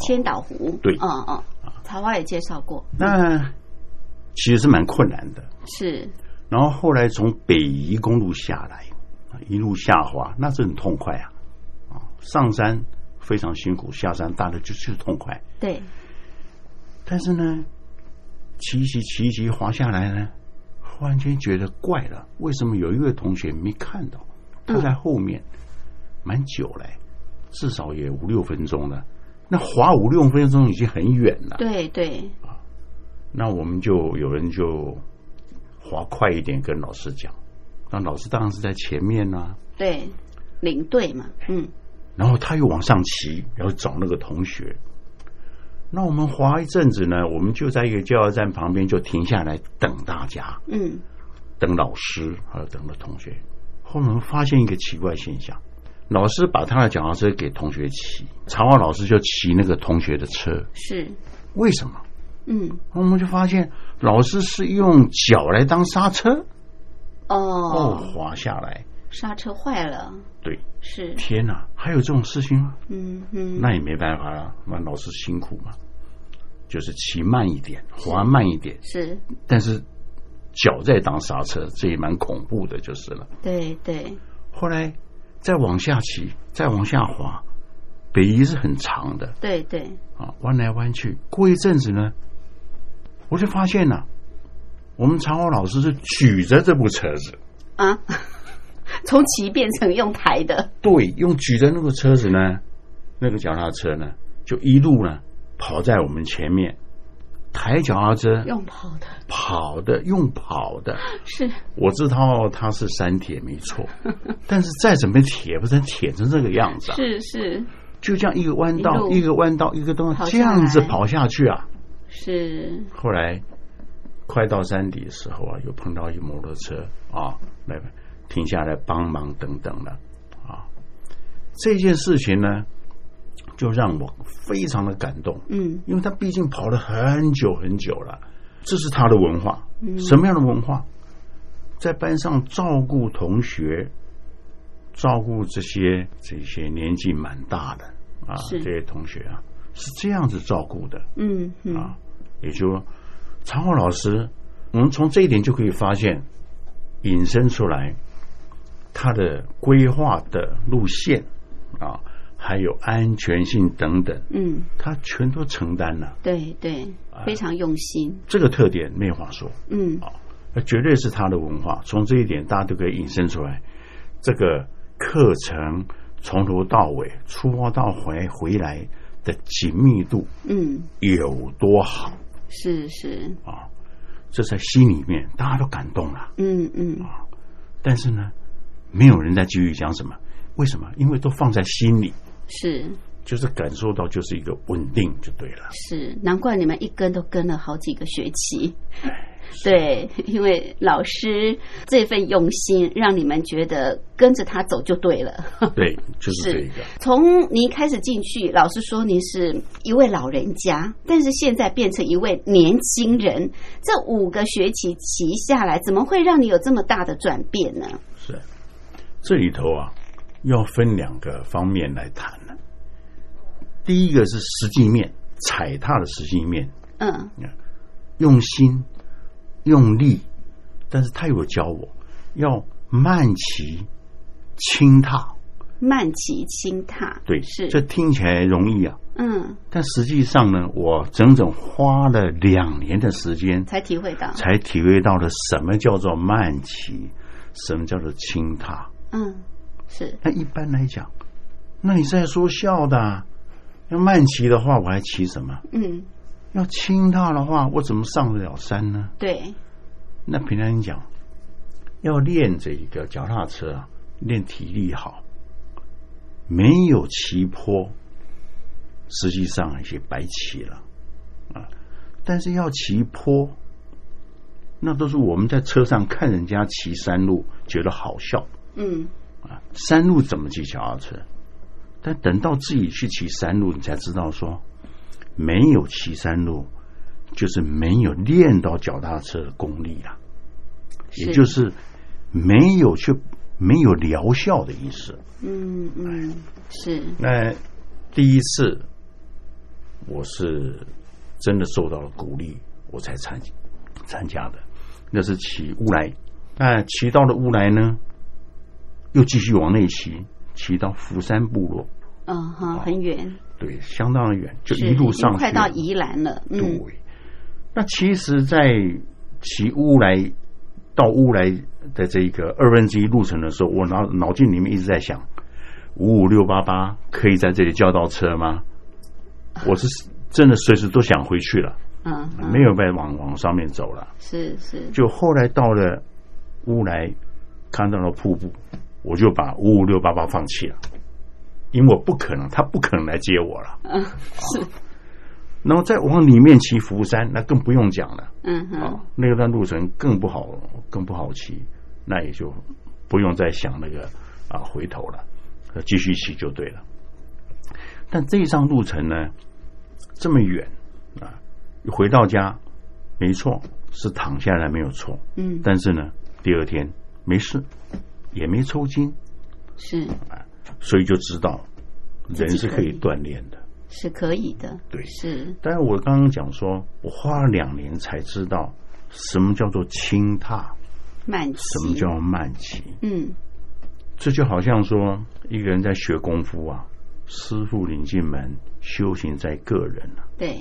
Speaker 1: 千岛湖，
Speaker 4: 对
Speaker 1: 嗯嗯，茶花也介绍过，
Speaker 4: 那其实是蛮困难的。
Speaker 1: 是，
Speaker 4: 然后后来从北宜公路下来，啊一路下滑，那是很痛快啊！啊，上山非常辛苦，下山大的就就是痛快。
Speaker 1: 对，
Speaker 4: 但是呢，骑一骑骑一骑滑下来呢，忽然间觉得怪了，为什么有一位同学没看到？他在后面，蛮久嘞，至少也五六分钟了。那滑五六分钟已经很远了，
Speaker 1: 对对，
Speaker 4: 那我们就有人就滑快一点跟老师讲，那老师当然是在前面啦、
Speaker 1: 对，领队嘛，嗯，
Speaker 4: 然后他又往上骑，然后找那个同学。那我们滑一阵子呢，我们就在一个加油站旁边就停下来等大家，
Speaker 1: 嗯，
Speaker 4: 等老师还有等了同学。后来我们发现一个奇怪现象，老师把他的脚踏车给同学骑，长华老师就骑那个同学的车，
Speaker 1: 是，
Speaker 4: 为什么？
Speaker 1: 嗯，
Speaker 4: 我们就发现老师是用脚来当刹车，哦，
Speaker 1: 哦，
Speaker 4: 滑下来，
Speaker 1: 刹车坏了，
Speaker 4: 对，
Speaker 1: 是，
Speaker 4: 天哪，还有这种事情吗？
Speaker 1: 嗯嗯，
Speaker 4: 那也没办法了，那老师辛苦嘛，就是骑慢一点，滑慢一点，
Speaker 1: 是
Speaker 4: 但是脚在当刹车，这也蛮恐怖的，就是了。
Speaker 1: 对对，
Speaker 4: 后来再往下骑，再往下滑，北移是很长的
Speaker 1: 对对，
Speaker 4: 啊，弯来弯去。过一阵子呢，我就发现了、我们长虹老师是举着这部车子，
Speaker 1: 啊， (laughs) 从骑变成用抬的，
Speaker 4: 对，用举的那个车子呢，那个脚踏车呢，就一路呢跑在我们前面，抬脚踏车
Speaker 1: 用跑的，啊
Speaker 4: 跑的，用跑的。
Speaker 1: 是，
Speaker 4: 我知道它是山铁没错，但是再怎么铁，不能铁成这个样子啊！
Speaker 1: 是是
Speaker 4: 就这样一个弯
Speaker 1: 一
Speaker 4: 道，
Speaker 1: 路
Speaker 4: 一个弯道，一个弯
Speaker 1: 跑
Speaker 4: 道，
Speaker 1: 下
Speaker 4: 这样子
Speaker 1: 来
Speaker 4: 跑下去啊。
Speaker 1: 是，
Speaker 4: 后来快到山底的时候啊，又碰到一摩托车啊，来停下来帮忙等等了啊。这件事情呢，就让我非常的感动，
Speaker 1: 嗯
Speaker 4: 因为他毕竟跑了很久很久了，这是他的文化。
Speaker 1: 嗯，
Speaker 4: 什么样的文化？在班上照顾同学，照顾这些这些年纪蛮大的啊，
Speaker 1: 是
Speaker 4: 这些同学啊，是这样子照顾的。
Speaker 1: 嗯嗯
Speaker 4: 啊也就是说，常浩老师，我们从这一点就可以发现，引申出来他的规划的路线啊，还有安全性等等，
Speaker 1: 嗯，
Speaker 4: 他全都承担了。
Speaker 1: 对对，非常用心，
Speaker 4: 这个特点没话说。
Speaker 1: 嗯
Speaker 4: 那绝对是他的文化。从这一点，大家都可以引申出来，这个课程从头到尾，出发到回回来的紧密度
Speaker 1: 嗯，
Speaker 4: 有多好
Speaker 1: 是是，
Speaker 4: 啊！这在心里面大家都感动了，
Speaker 1: 嗯嗯，
Speaker 4: 但是呢，没有人再继续讲什么，为什么？因为都放在心里，
Speaker 1: 是
Speaker 4: 就是感受到就是一个稳定就对了。
Speaker 1: 是，难怪你们一跟都跟了好几个学期。对，因为老师这份用心，让你们觉得跟着他走就对了。
Speaker 4: 对，就是这
Speaker 1: 是
Speaker 4: 一个。
Speaker 1: 从您开始进去，老师说您是一位老人家，但是现在变成一位年轻人，这五个学期骑下来，怎么会让你有这么大的转变呢？
Speaker 4: 是，这里头啊，要分两个方面来谈了、第一个是实际面，踩踏的实际面，
Speaker 1: 嗯，
Speaker 4: 用心用力，但是他有教我要慢骑轻踏，
Speaker 1: 慢骑轻踏，
Speaker 4: 对，
Speaker 1: 是，
Speaker 4: 这听起来容易啊，
Speaker 1: 嗯，
Speaker 4: 但实际上呢，我整整花了两年的时间
Speaker 1: 才体会到，
Speaker 4: 才体会到了什么叫做慢骑，什么叫做轻踏。
Speaker 1: 嗯，是，
Speaker 4: 那一般来讲，那你在说笑的啊、要慢骑的话，我还骑什么？
Speaker 1: 嗯，
Speaker 4: 要轻踏的话，我怎么上得了山呢？
Speaker 1: 对，
Speaker 4: 那平常讲，要练这个脚踏车啊，练体力好，没有骑坡，实际上也白骑了啊。但是要骑坡，那都是我们在车上看人家骑山路，觉得好笑。
Speaker 1: 嗯，
Speaker 4: 山路怎么骑脚踏车？但等到自己去骑山路，你才知道说，没有骑山路，就是没有练到脚踏车的功力啊，也就是没有去没有疗效的意思。
Speaker 1: 嗯嗯，是，
Speaker 4: 那第一次，我是真的受到了鼓励，我才参参加的。那是骑乌来，那骑到了乌来呢，又继续往内骑，骑到福山部落，
Speaker 1: 嗯哈，很远，
Speaker 4: 对，相当的远，就是一路上
Speaker 1: 已经
Speaker 4: 去
Speaker 1: 快到宜兰了，
Speaker 4: 对
Speaker 1: 嗯，，
Speaker 4: 那其实，在骑乌来到乌来的这个二分之一路程的时候，我脑脑筋里面一直在想，五五六八八可以在这里叫到
Speaker 1: (laughs)
Speaker 4: 车吗？我是真的随时都想回去了，
Speaker 1: 嗯，哈
Speaker 4: 没有再往往上面走了。
Speaker 1: 是是，
Speaker 4: 就后来到了乌来，看到了瀑布，我就把五五六八八放弃了，因为我不可能，他不可能来接我了。
Speaker 1: 嗯是，
Speaker 4: 然后再往里面骑福山，那更不用讲了。
Speaker 1: 嗯
Speaker 4: 啊
Speaker 1: 哼，，
Speaker 4: 那段路程更不好，更不好骑，那也就不用再想那个啊回头了，呃继续骑就对了。但这一趟路程呢，这么远啊，回到家，没错是躺下来没有错，
Speaker 1: 嗯
Speaker 4: 但是呢，第二天没事，也没抽筋，
Speaker 1: 是
Speaker 4: 所以就知道人
Speaker 1: 自己
Speaker 4: 是可以
Speaker 1: 可以
Speaker 4: 锻炼的。
Speaker 1: 是可以的，
Speaker 4: 对
Speaker 1: 是，
Speaker 4: 但是我刚刚讲说，我花了两年才知道什么叫做轻踏，
Speaker 1: 慢
Speaker 4: 什么
Speaker 1: 骑，
Speaker 4: 叫慢骑。
Speaker 1: 嗯
Speaker 4: 这就好像说，一个人在学功夫啊，师傅领进门，修行在个人啊。
Speaker 1: 对，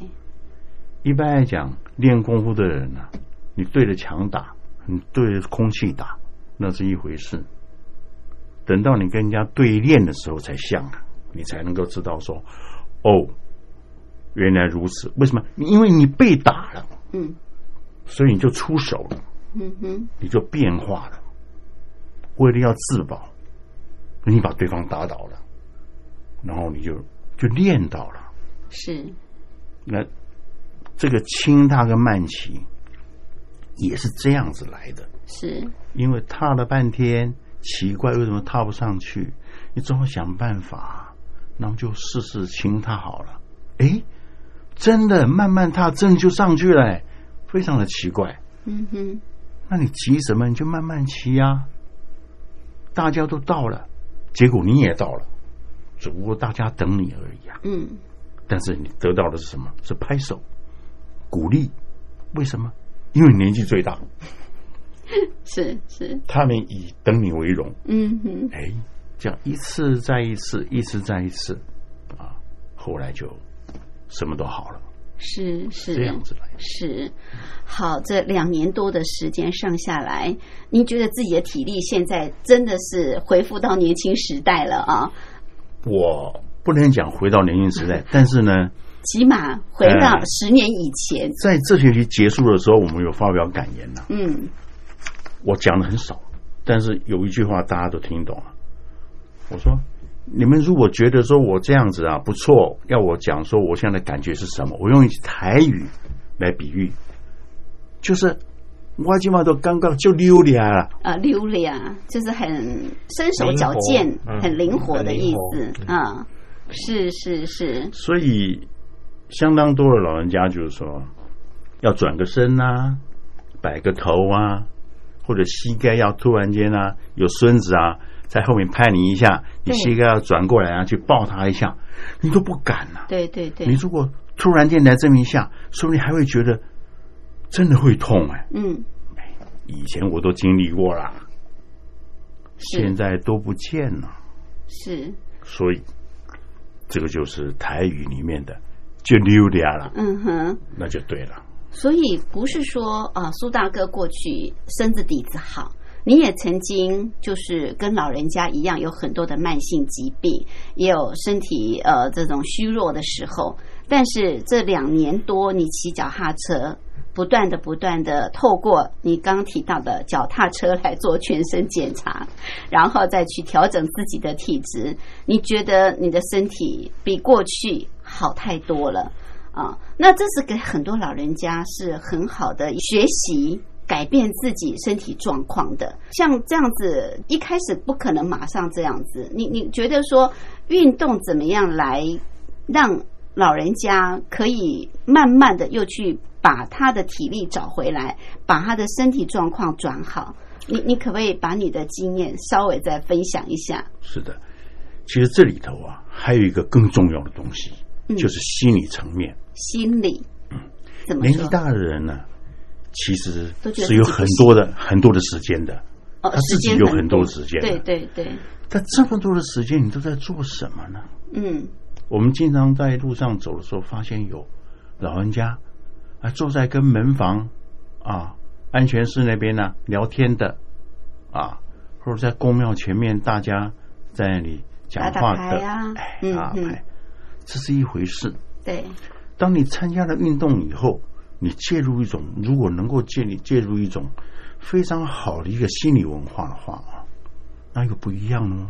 Speaker 4: 一般来讲，练功夫的人啊，你对着墙打，你对着空气打，那是一回事。等到你跟人家对练的时候，才像啊，你才能够知道说，哦，原来如此。为什么？因为你被打了，
Speaker 1: 嗯
Speaker 4: 所以你就出手了。
Speaker 1: 嗯哼，
Speaker 4: 你就变化了。为了要自保，你把对方打倒了，然后你就就练到了。
Speaker 1: 是，
Speaker 4: 那这个轻踏跟慢骑也是这样子来的，
Speaker 1: 是，
Speaker 4: 因为踏了半天，奇怪为什么踏不上去，你总要想办法，那么就试试轻踏好了。诶，真的慢慢踏，真的就上去了、诶非常的奇怪。
Speaker 1: 嗯哼，
Speaker 4: 那你急什么？你就慢慢骑呀、大家都到了，结果你也到了，只不过大家等你而已啊。
Speaker 1: 嗯
Speaker 4: 但是你得到的是什么？是拍手、鼓励。为什么？因为你年纪最大，
Speaker 1: 是是，
Speaker 4: 他们以等你为荣。
Speaker 1: 嗯哼，
Speaker 4: 哎，这样一次再一次，一次再一次，啊，后来就什么都好了，
Speaker 1: 是是嗯
Speaker 4: 这样子来。
Speaker 1: 是，好，这两年多的时间上下来，您觉得自己的体力现在真的是恢复到年轻时代了啊？
Speaker 4: 我不能讲回到年轻时代，但是呢，
Speaker 1: 起码回到
Speaker 4: 哎
Speaker 1: 十年以前，
Speaker 4: 在这学期结束的时候，我们有发表感言呐、
Speaker 1: 嗯，
Speaker 4: 我讲的很少，但是有一句话大家都听懂了。我说，你们如果觉得说我这样子啊不错，要我讲说我现在的感觉是什么，我用台语来比喻，就是我今晚都刚刚就溜达了，
Speaker 1: 啊，溜了呀，就是很身手
Speaker 3: 灵
Speaker 1: 矫
Speaker 3: 活
Speaker 1: 健、
Speaker 3: 嗯
Speaker 1: 很灵活
Speaker 3: 很
Speaker 1: 的
Speaker 3: 灵
Speaker 1: 意
Speaker 3: 活
Speaker 1: 思
Speaker 3: 嗯
Speaker 1: 啊。是是是，
Speaker 4: 所以相当多的老人家就是说要转个身啊，摆个头啊，或者膝盖要突然间啊，有孙子啊在后面拍你一下，你
Speaker 1: 对
Speaker 4: 膝盖要转过来啊，去抱他一下，你都不敢呐、
Speaker 1: 对对对
Speaker 4: 你，如果突然间来这么一下，说不定还会觉得真的会痛哎、
Speaker 1: 嗯，
Speaker 4: 以前我都经历过啦，现
Speaker 1: 是
Speaker 4: 在都不见了，
Speaker 1: 是，
Speaker 4: 所以这个就是台语里面的就溜达了，
Speaker 1: 嗯哼。
Speaker 4: 那就对了。
Speaker 1: 呃所以不是说啊，苏大哥过去身子底子好，你也曾经就是跟老人家一样，有很多的慢性疾病，也有身体呃这种虚弱的时候。但是这两年多，你骑脚踏车，不断的、不断的透过你刚刚提到的脚踏车来做全身检查， (laughs) 然后再去调整自己的体质。你觉得你的身体比过去好太多了啊、那这是给很多老人家是很好的学习。改变自己身体状况的，像这样子，一开始不可能马上这样子。你你觉得说运动怎么样来让老人家可以慢慢的又去把他的体力找回来，把他的身体状况转好？你你可不可以把你的经验稍微再分享一下？
Speaker 4: 是的，其实这里头啊，还有一个更重要的东西，
Speaker 1: 嗯
Speaker 4: 就是心理层面。
Speaker 1: 心理怎么
Speaker 4: 年纪
Speaker 1: 说？
Speaker 4: 大的人呢，其实
Speaker 1: 嗯都觉得自己
Speaker 4: 是有很多的很多的时间的，
Speaker 1: 哦
Speaker 4: 他自己
Speaker 1: 时间
Speaker 4: 有
Speaker 1: 很
Speaker 4: 很多时间
Speaker 1: 对
Speaker 4: 的
Speaker 1: 对对，
Speaker 4: 但这么多的时间，你都在做什么呢？
Speaker 1: 嗯
Speaker 4: 我们经常在路上走的时候，发现有老人家啊坐在跟门房啊安全室那边呢、聊天的啊，或者在公庙前面大家在那里讲话
Speaker 1: 打打
Speaker 4: 的，
Speaker 1: 牌啊
Speaker 4: 哎
Speaker 1: 嗯
Speaker 4: 打
Speaker 1: 嗯
Speaker 4: 牌，这是一回事。
Speaker 1: 对，
Speaker 4: 当你参加了运动以后，你介入一种如果能够建立介入一种非常好的一个心理文化的话啊，那又不一样了哦。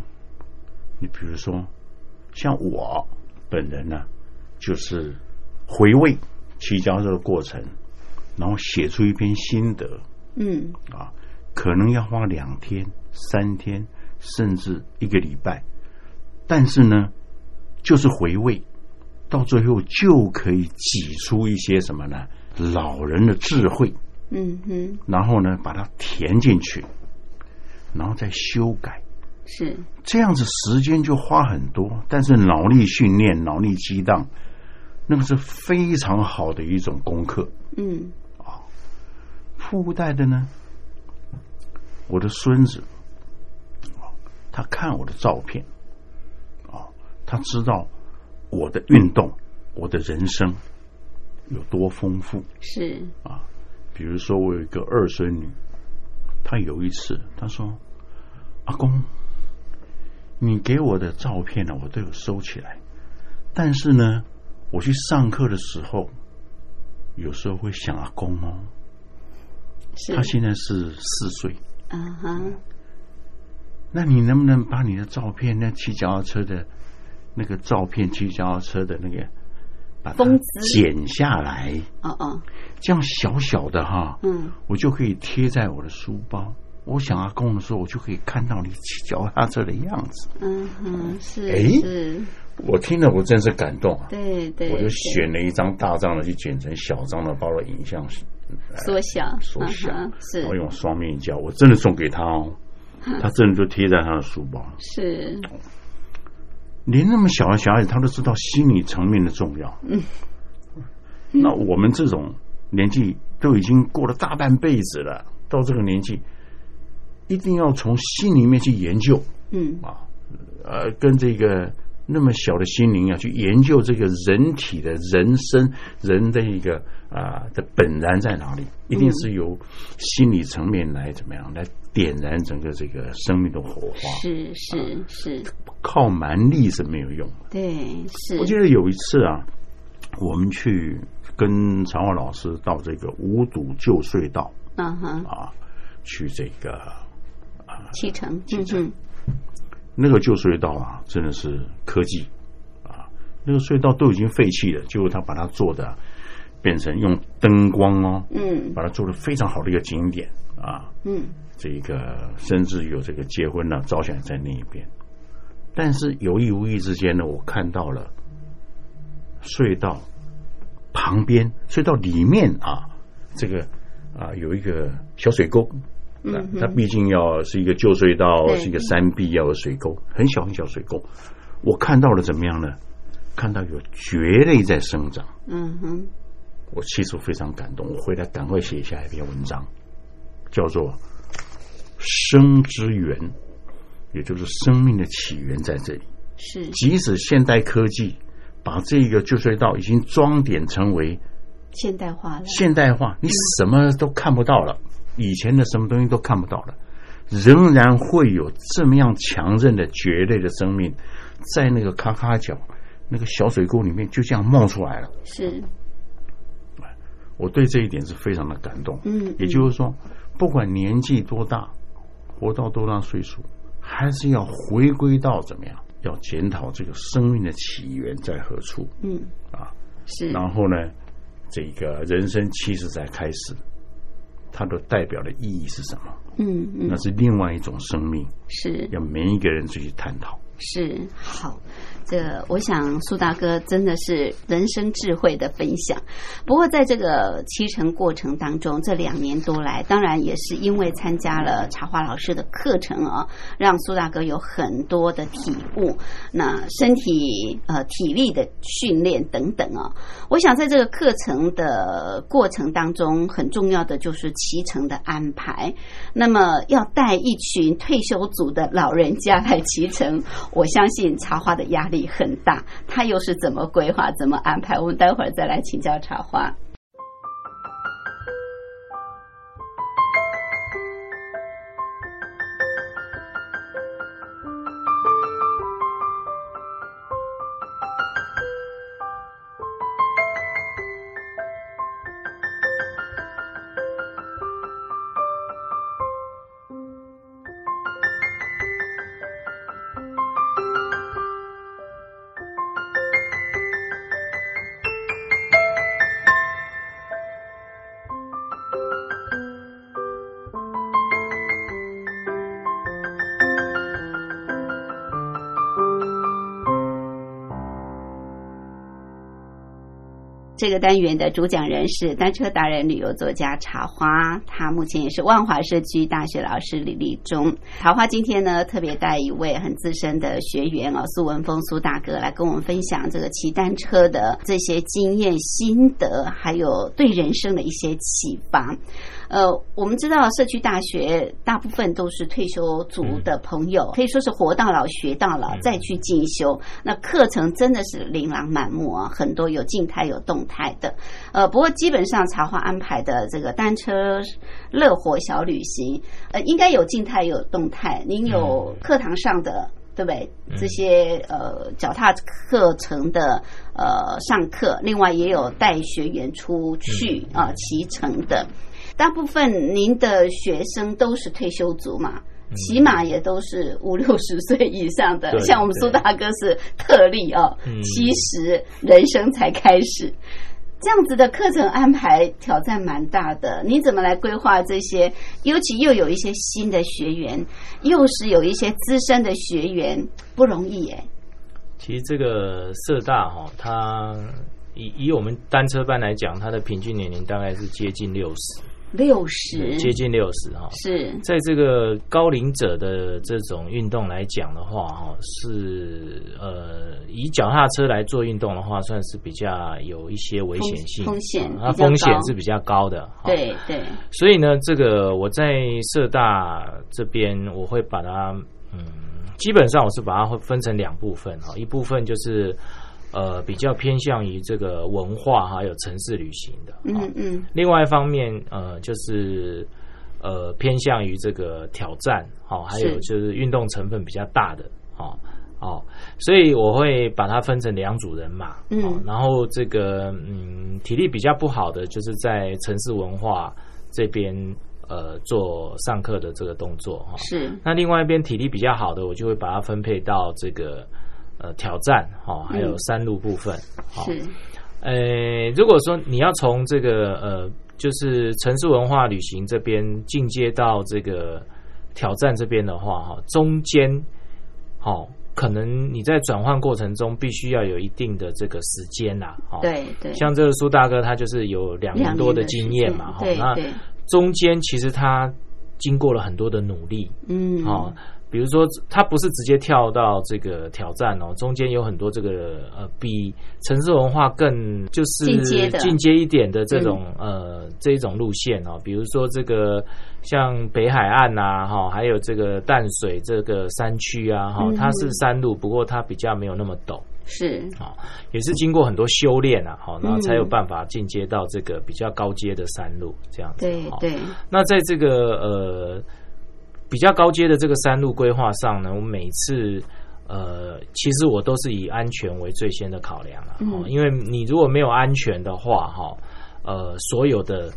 Speaker 4: 你比如说，像我本人呢、就是回味骑脚踏车的过程，然后写出一篇心得，
Speaker 1: 嗯
Speaker 4: 啊，可能要花两天、三天，甚至一个礼拜。但是呢，就是回味，到最后就可以挤出一些什么呢？老人的智慧，
Speaker 1: 嗯哼，
Speaker 4: 然后呢，把它填进去，然后再修改。
Speaker 1: 是
Speaker 4: 这样子时间就花很多，但是脑力训练、脑力激荡，那个是非常好的一种功课。
Speaker 1: 嗯
Speaker 4: 附带的呢，我的孙子，哦，他看我的照片，哦，他知道我的运动，我的人生有多丰富。
Speaker 1: 是
Speaker 4: 比如说，我有一个二孙女，她有一次她说：“阿公，你给我的照片呢、我都有收起来，但是呢，我去上课的时候，有时候会想阿公哦。”
Speaker 1: 是
Speaker 4: 他现在是四岁，
Speaker 1: 啊哈，
Speaker 4: 那你能不能把你的照片，那骑脚踏车的那个照片，骑脚踏车的那个，把它
Speaker 1: 风姿
Speaker 4: 剪下来，
Speaker 1: 哦哦，
Speaker 4: 这样小小的哈，
Speaker 1: 嗯
Speaker 4: 我就可以贴在我的书包。我想阿公的时候，我就可以看到你骑脚踏车的样子。
Speaker 1: 嗯哼，是
Speaker 4: 哎
Speaker 1: 是，
Speaker 4: 我听了，我真是感动啊！
Speaker 1: 对对，
Speaker 4: 我就
Speaker 1: 对
Speaker 4: 选了一张大张的，去剪成小张的，把我的影像
Speaker 1: 缩小，
Speaker 4: 缩小哎
Speaker 1: 嗯哼，
Speaker 4: 我
Speaker 1: 是
Speaker 4: 用双面胶，我真的送给他哦，他真的就贴在他的书包。
Speaker 1: 是，
Speaker 4: 连那么小的小孩子，他都知道心理层面的重要。嗯，那我们这种年纪都已经过了大半辈子了，到这个年纪，一定要从心里面去研究
Speaker 1: 嗯
Speaker 4: 啊，呃，跟这个那么小的心灵啊，去研究这个人体的人生人的一个啊、的本然在哪里，一定是由心理层面来怎么样来点燃整个这个生命的火花。
Speaker 1: 是是是，
Speaker 4: 靠蛮力是没有用的。
Speaker 1: 对是，
Speaker 4: 我记得有一次啊，我们去跟常华老师到这个五堵旧隧道
Speaker 1: 嗯哼，
Speaker 4: 啊，去这个
Speaker 1: 七成，
Speaker 4: 七
Speaker 1: 嗯
Speaker 4: 成
Speaker 1: 哼，
Speaker 4: 那个旧隧道啊，真的是科技啊，那个隧道都已经废弃了，结果他把它做的变成用灯光哦，
Speaker 1: 嗯
Speaker 4: 把它做的非常好的一个景点啊，
Speaker 1: 嗯
Speaker 4: 这一个甚至有这个结婚了、招选在那一边。但是有意无意之间呢，我看到了隧道旁边、隧道里面啊，这个啊有一个小水沟。那
Speaker 1: 嗯哼
Speaker 4: 它毕竟要是一个旧隧道，
Speaker 1: 对
Speaker 4: 是一个山壁，要有水沟，很小很小水沟。我看到了怎么样呢？看到有蕨类在生长，
Speaker 1: 嗯哼，
Speaker 4: 我其实非常感动，我回来赶快写下一篇文章，叫做《生之源》，也就是生命的起源在这里。
Speaker 1: 是
Speaker 4: 即使现代科技把这个旧隧道已经装点成为
Speaker 1: 现代化了，
Speaker 4: 现代化，你什么都看不到了，以前的什么东西都看不到了，仍然会有这么样强韧的蕨类的生命，在那个咔咔角那个小水沟里面就这样冒出来了。
Speaker 1: 是，
Speaker 4: 啊我对这一点是非常的感动。
Speaker 1: 嗯，
Speaker 4: 也就是说，不管年纪多大，活到多大岁数，还是要回归到怎么样？要检讨这个生命的起源在何处，
Speaker 1: 嗯
Speaker 4: 啊，
Speaker 1: 是，
Speaker 4: 然后呢，这个人生其实才开始，它的代表的意义是什么？
Speaker 1: 嗯嗯
Speaker 4: 那是另外一种生命，
Speaker 1: 是
Speaker 4: 要每一个人自己探讨。
Speaker 1: 是好。这我想苏大哥真的是人生智慧的分享。不过在这个启程过程当中，这两年多来，当然也是因为参加了茶花老师的课程啊，让苏大哥有很多的体悟，那身体呃体力的训练等等啊。我想在这个课程的过程当中，很重要的就是骑乘的安排。那么要带一群退休族的老人家来骑乘，我相信茶花的压力很大。他又是怎么规划、怎么安排？我们待会儿再来请教茶花。这个单元的主讲人是单车达人、旅游作家茶花，他目前也是万华社区大学老师李立忠。茶花今天呢，特别带一位很资深的学员哦，苏文峰苏大哥来跟我们分享这个骑单车的这些经验心得，还有对人生的一些启发。呃，我们知道社区大学大部分都是退休族的朋友，可以说是活到老学到老，再去进修。那课程真的是琳琅满目啊，很多有静态有动态的。呃，不过基本上茶花安排的这个单车乐活小旅行，呃，应该有静态有动态。您有课堂上的。对不对？这些呃脚踏课程的呃上课，另外也有带学员出去啊、骑乘的，大部分您的学生都是退休族嘛，起码也都是五六十岁以上 (laughs) 的，
Speaker 3: 对
Speaker 1: 像我们苏大哥是特例哦
Speaker 3: 嗯，
Speaker 1: 七十人生才开始。这样子的课程安排挑战蛮大的，你怎么来规划这些？尤其又有一些新的学员，又是有一些资深的学员，不容易耶。
Speaker 3: 其实这个社大哈、它以以我们单车班来讲，它的平均年龄大概是接近六十，
Speaker 1: 六十
Speaker 3: 接近六十哈。
Speaker 1: 是
Speaker 3: 在这个高龄者的这种运动来讲的话，哈，是呃，以脚踏车来做运动的话，算是比较有一些危险性，
Speaker 1: 风风险
Speaker 3: 啊它
Speaker 1: 比较高
Speaker 3: 风险是比较高的。哈
Speaker 1: 对对，
Speaker 3: 所以呢，这个我在社大这边，我会把它，嗯，基本上我是把它会分成两部分哈，一部分就是呃比较偏向于这个文化哈还有城市旅行的，
Speaker 1: 嗯
Speaker 3: 哈
Speaker 1: 嗯
Speaker 3: 另外一方面呃就是呃偏向于这个挑战哈，还有
Speaker 1: 是
Speaker 3: 就是运动成分比较大的哈。哦，所以我会把它分成两组人嘛，
Speaker 1: 嗯
Speaker 3: 哦然后这个嗯，体力比较不好的，就是在城市文化这边呃做上课的这个动作哈、哦
Speaker 1: 是
Speaker 3: 那另外一边体力比较好的，我就会把它分配到这个呃挑战哈、哦还有
Speaker 1: 嗯
Speaker 3: 山路部分。哦好
Speaker 1: 是
Speaker 3: 呃，如果说你要从这个呃，就是城市文化旅行这边进阶到这个挑战这边的话，哈，中间，好、可能你在转换过程中必须要有一定的这个时间啦，哈、
Speaker 1: 对对，
Speaker 3: 像这个苏大哥，他就是有两年多的经验嘛，哈、
Speaker 1: 对
Speaker 3: 那
Speaker 1: 对，
Speaker 3: 中间其实他经过了很多的努力，
Speaker 1: 嗯，
Speaker 3: 哦，比如说他不是直接跳到这个挑战哦，中间有很多这个呃比城市文化更就是
Speaker 1: 进阶的嗯
Speaker 3: 进阶一点的这种、呃这一种路线哦，比如说这个像北海岸呐、哈、还有这个淡水这个山区啊哈、
Speaker 1: 嗯
Speaker 3: 它是山路，不过它比较没有那么陡。
Speaker 1: 是
Speaker 3: 也是经过很多修炼啊，好，然后
Speaker 1: 嗯
Speaker 3: 才有办法进阶到这哦个比较高阶的山路这样子。
Speaker 1: 对
Speaker 3: 哈
Speaker 1: 对，
Speaker 3: 那在这个呃比较高阶的这个山路规划上呢，我每次呃，其实我都是以安全为最先的考量了、
Speaker 1: 嗯
Speaker 3: 哦因为你如果没有安全的话，哈、呃，所有的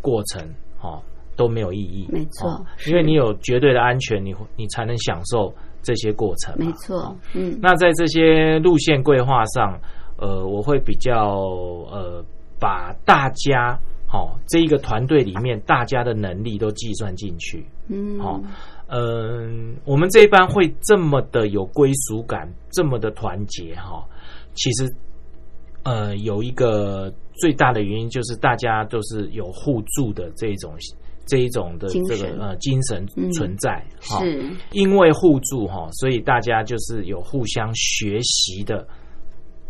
Speaker 3: 过程哦都没有意义，
Speaker 1: 没错
Speaker 3: 哦
Speaker 1: 是
Speaker 3: 因为你有绝对的安全，你会你才能享受这些过程嘛，
Speaker 1: 没错，嗯
Speaker 3: 那在这些路线规划上，呃，我会比较呃，把大家好、哦、这一个团队里面大家的能力都计算进去。
Speaker 1: 嗯，
Speaker 3: 好嗯、我们这一班会这么的有归属感，这么的团结哈、其实呃有一个最大的原因就是大家都是有互助的这一种这一种的
Speaker 1: 精
Speaker 3: 这个
Speaker 1: 神
Speaker 3: 呃精神
Speaker 1: 嗯
Speaker 3: 存在哈。
Speaker 1: 是
Speaker 3: 因为互助哈，所以大家就是有互相学习的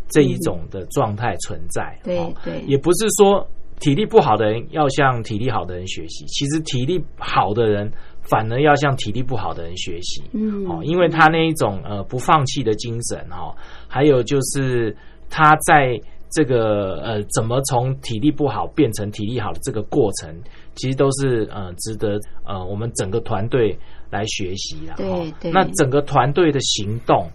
Speaker 3: 这一种的状态存在。
Speaker 1: 对
Speaker 3: 哦
Speaker 1: 对
Speaker 3: 也不是说体力不好的人要向体力好的人学习，其实体力好的人反而要向体力不好的人学习。
Speaker 1: 嗯
Speaker 3: 哦，因为他那一种呃不放弃的精神哈、哦，还有就是他在这个呃怎么从体力不好变成体力好的这个过程，其实都是呃值得呃我们整个团队来学习啦。
Speaker 1: 对
Speaker 3: 哦
Speaker 1: 对
Speaker 3: 那整个团队的行动，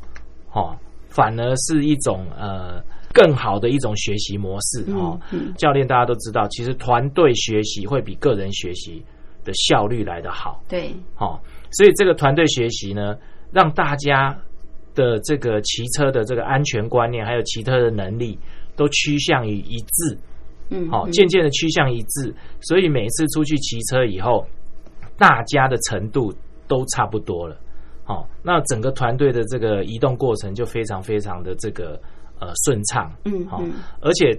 Speaker 3: 哦，反而是一种呃更好的一种学习模式哦。
Speaker 1: 嗯嗯
Speaker 3: 教练大家都知道，其实团队学习会比个人学习的效率来得好。
Speaker 1: 对
Speaker 3: 哦，所以这个团队学习呢，让大家的这个骑车的这个安全观念，还有骑车的能力，都趋向于一致，
Speaker 1: 嗯
Speaker 3: 好、
Speaker 1: 嗯
Speaker 3: 渐渐的趋向一致，所以每次出去骑车以后，大家的程度都差不多了，好、那整个团队的这个移动过程就非常非常的这个呃顺畅，
Speaker 1: 嗯
Speaker 3: 好、
Speaker 1: 嗯
Speaker 3: 而且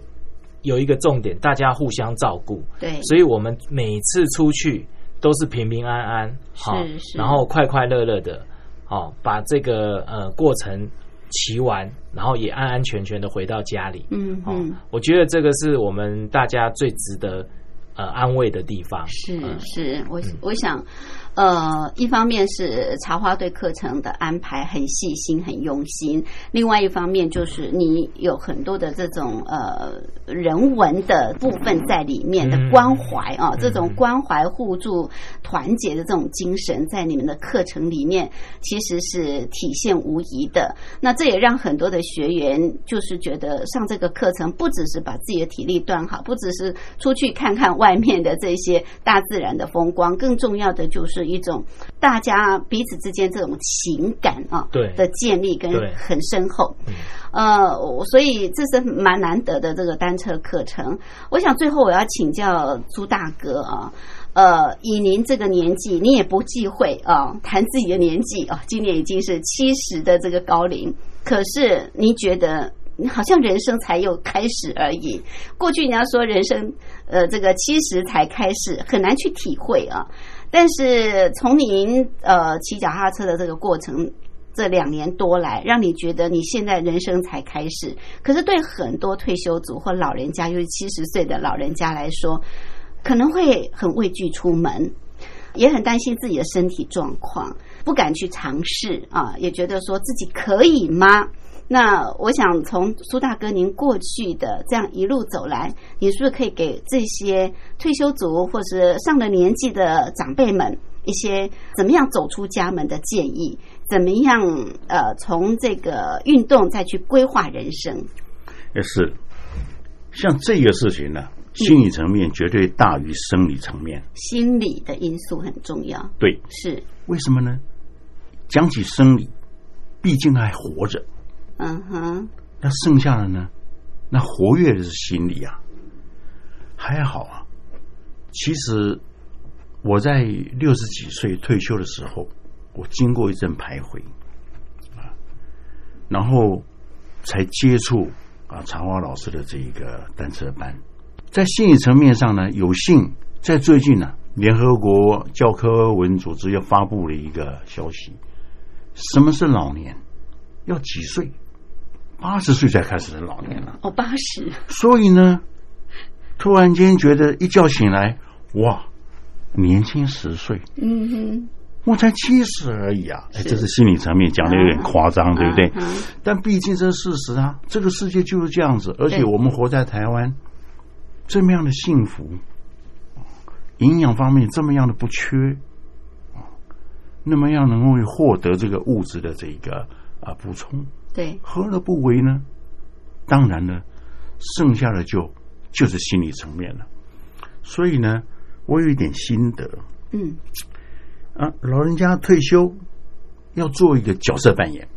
Speaker 3: 有一个重点，大家互相照顾，
Speaker 1: 对，
Speaker 3: 所以我们每次出去都是平平安安，好
Speaker 1: 是是
Speaker 3: 然后快快乐乐的，好、把这个呃过程骑完，然后也安安全全的回到家里。
Speaker 1: 嗯
Speaker 3: 哦
Speaker 1: 嗯
Speaker 3: 我觉得这个是我们大家最值得呃安慰的地方。
Speaker 1: 是
Speaker 3: 嗯
Speaker 1: 是，我
Speaker 3: 嗯
Speaker 1: 我想，呃，一方面是茶花对课程的安排很细心、很用心，另外一方面就是你有很多的这种呃人文的部分在里面的
Speaker 3: 嗯
Speaker 1: 关怀啊，这种
Speaker 3: 嗯
Speaker 1: 关怀互助、团结的这种精神，在你们的课程里面其实是体现无疑的。那这也让很多的学员就是觉得上这个课程不只是把自己的体力锻好，不只是出去看看外面的这些大自然的风光，更重要的就是一种大家彼此之间这种情感啊
Speaker 3: 对
Speaker 1: 的建立跟
Speaker 3: 对
Speaker 1: 很深厚
Speaker 3: 嗯。
Speaker 1: 呃，我所以这是蛮难得的这个单车课程。我想最后我要请教朱大哥啊，呃，以您这个年纪，你也不忌讳啊，谈自己的年纪啊，今年已经是七十的这个高龄，可是你觉得？好像人生才有开始而已。过去人家说人生，呃，这个七十才开始，很难去体会啊。但是从您呃骑脚踏车的这个过程，这两年多来，让你觉得你现在人生才开始。可是对很多退休族或老人家，尤其七十岁的老人家来说，可能会很畏惧出门，也很担心自己的身体状况，不敢去尝试啊，也觉得说自己可以吗？那我想从苏大哥您过去的这样一路走来，你是不是可以给这些退休族或是上了年纪的长辈们一些怎么样走出家门的建议？怎么样呃，从这个运动再去规划人生？
Speaker 4: 也是，像这个事情呢、心理层面绝对大于生理层面。
Speaker 1: 心理的因素很重要，
Speaker 4: 对，
Speaker 1: 是
Speaker 4: 为什么呢？讲起生理，毕竟还活着，
Speaker 1: 嗯哼，
Speaker 4: 那剩下的呢？那活跃的是心理啊，还好啊。其实我在六十几岁退休的时候，我经过一阵徘徊啊，然后才接触啊茶花老师的这一个单车班。在心理层面上呢，有幸在最近呢、联合国教科文组织又发布了一个消息：什么是老年？要几岁？八十岁才开始是老年了。
Speaker 1: 哦，八十，
Speaker 4: 所以呢，突然间觉得一觉醒来，哇，年轻十岁，
Speaker 1: 嗯哼，
Speaker 4: 我才七十而已啊！哎，
Speaker 1: 是
Speaker 4: 这是心理层面讲的有点夸张，对不对？
Speaker 1: 嗯哼
Speaker 4: 但毕竟这是事实啊，这个世界就是这样子，而且
Speaker 1: 对
Speaker 4: 我们活在台湾，这么样的幸福，营养方面这么样的不缺，那么要能够获得这个物质的这个啊补充，
Speaker 1: (laughs) 对，
Speaker 4: 何乐不为呢？当然呢，剩下的就就是心理层面了。所以呢，我有一点心得
Speaker 1: 嗯，
Speaker 4: 啊，老人家退休要做一个角色扮演，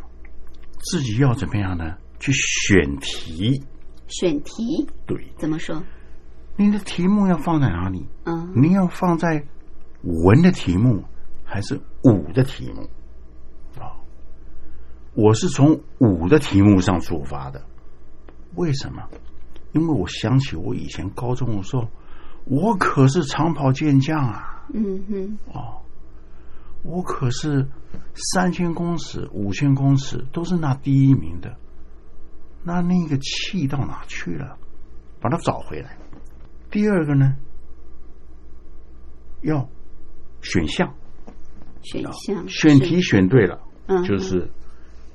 Speaker 4: 自己要怎么样呢？去选题，
Speaker 1: 选题
Speaker 4: 对，
Speaker 1: 怎么说？
Speaker 4: 你的题目要放在哪里？
Speaker 1: 嗯，
Speaker 4: 你要放在文的题目还是武的题目？啊、我是从武的题目上出发的。为什么？因为我想起我以前高中的时候，我可是长跑健将啊！
Speaker 1: 嗯哼，
Speaker 4: 哦，我可是三千公尺、五千公尺都是拿第一名的。那那个气到哪去了？把它找回来。第二个呢，要选项，
Speaker 1: 选项
Speaker 4: 选
Speaker 1: 是
Speaker 4: 题，选对了，
Speaker 1: 嗯，
Speaker 4: 就是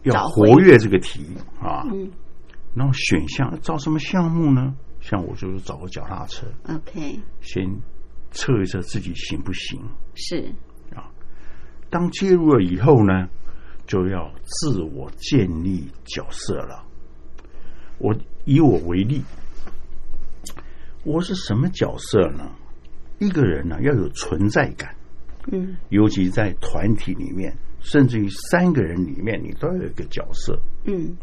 Speaker 4: 要
Speaker 1: 找回
Speaker 4: 活跃这个题啊。
Speaker 1: 嗯
Speaker 4: 然后选项找什么项目呢？像我就是找个脚踏车，
Speaker 1: ，OK，
Speaker 4: 先测一测自己行不行。
Speaker 1: 是，
Speaker 4: 当介入了以后呢，就要自我建立角色了。我以我为例，我是什么角色呢？一个人呢要有存在感，
Speaker 1: 嗯
Speaker 4: 尤其在团体里面，甚至于三个人里面，你都要有一个角色。
Speaker 1: 嗯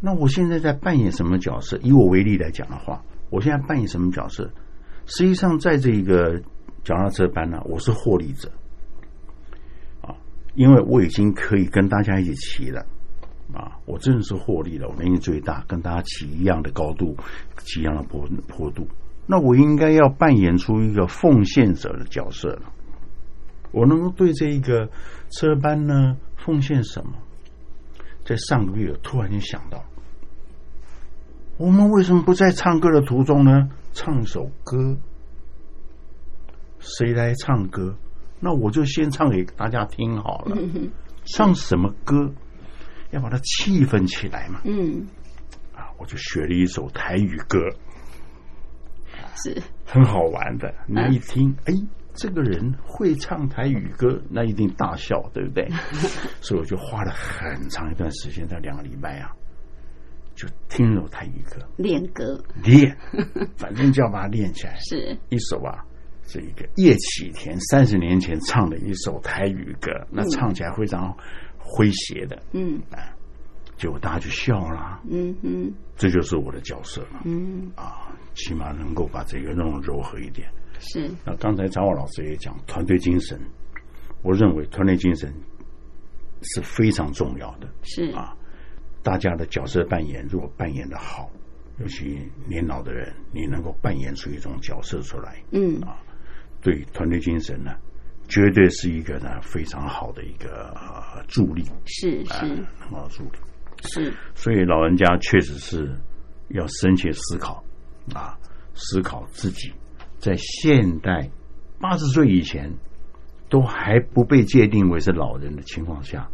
Speaker 4: 那我现在在扮演什么角色？以我为例来讲的话，我现在扮演什么角色？实际上，在这个脚踏车班呢、我是获利者啊，因为我已经可以跟大家一起骑了啊，我真的是获利了，我能力最大，跟大家骑一样的高度，骑一样的坡坡度。那我应该要扮演出一个奉献者的角色了。我能够对这一个车班呢奉献什么？在上个月突然间想到，我们为什么不在唱歌的途中呢唱一首歌？谁来唱歌？那我就先唱给大家听好了。
Speaker 1: 嗯哼
Speaker 4: 唱什么歌？要把它气氛起来嘛。
Speaker 1: 嗯，
Speaker 4: 啊，我就学了一首台语歌，
Speaker 1: 是，
Speaker 4: 很好玩的。你一听，哎，这个人会唱台语歌，那一定大笑，对不对？所以我就花了很长一段时间，在两个礼拜啊，就听了台语歌，
Speaker 1: 练歌 (laughs)
Speaker 4: 练，反正就要把它练起来。
Speaker 1: 是，
Speaker 4: 一首啊，这一个叶启田三十年前唱的一首台语歌，那唱起来非常诙谐的，
Speaker 1: 嗯
Speaker 4: 结果大家就笑啦。
Speaker 1: 嗯哼
Speaker 4: 这就是我的角色嘛，
Speaker 1: 嗯，
Speaker 4: 啊，起码能够把这个弄柔和一点。
Speaker 1: 是，
Speaker 4: 那刚才张华老师也讲团队精神，我认为团队精神是非常重要的。
Speaker 1: 是，
Speaker 4: 啊大家的角色扮演如果扮演的好，尤其年老的人，你能够扮演出一种角色出来，
Speaker 1: 嗯
Speaker 4: 对团队精神呢，绝对是一个呢非常好的一个、呃助力，
Speaker 1: 是
Speaker 3: 嗯
Speaker 1: 是
Speaker 4: 很好的助力。
Speaker 1: 是，
Speaker 4: 所以老人家确实是要深切思考啊，思考自己在现代八十岁以前都还不被界定为是老人的情况下，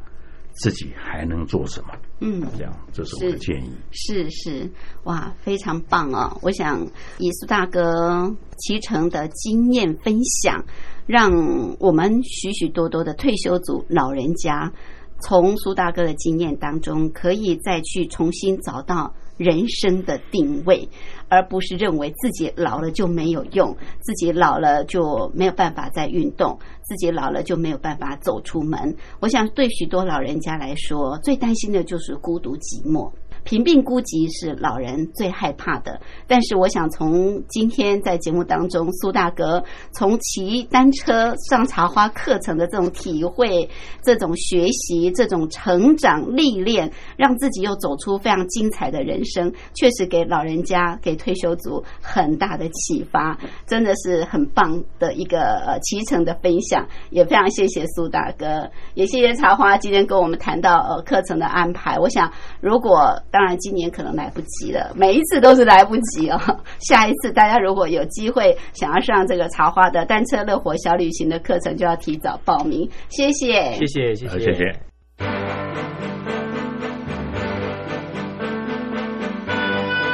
Speaker 4: 自己还能做什么？
Speaker 1: 嗯。
Speaker 4: 这样，这是我的
Speaker 1: 是
Speaker 4: 建议。
Speaker 1: 是是，哇，非常棒哦！我想以苏大哥骑乘的经验分享，让我们许许多多的退休族老人家，从苏大哥的经验当中，可以再去重新找到人生的定位，而不是认为自己老了就没有用，自己老了就没有办法再运动，自己老了就没有办法走出门。我想对许多老人家来说，最担心的就是孤独寂寞。贫病孤疾是老人最害怕的，但是我想从今天在节目当中，苏大哥从骑单车上茶花课程的这种体会、这种学习、这种成长历练，让自己又走出非常精彩的人生，确实给老人家、给退休族很大的启发，真的是很棒的一个呃骑乘的分享，也非常谢谢苏大哥，也谢谢茶花今天跟我们谈到呃课程的安排。我想，如果当然今年可能来不及了，每一次都是来不及哦。 (laughs) 下一次大家如果有机会想要上这个茶花的单车乐活小旅行的课程，就要提早报名。谢谢，
Speaker 3: 谢谢，谢
Speaker 4: 呃
Speaker 3: 谢，
Speaker 4: 谢谢。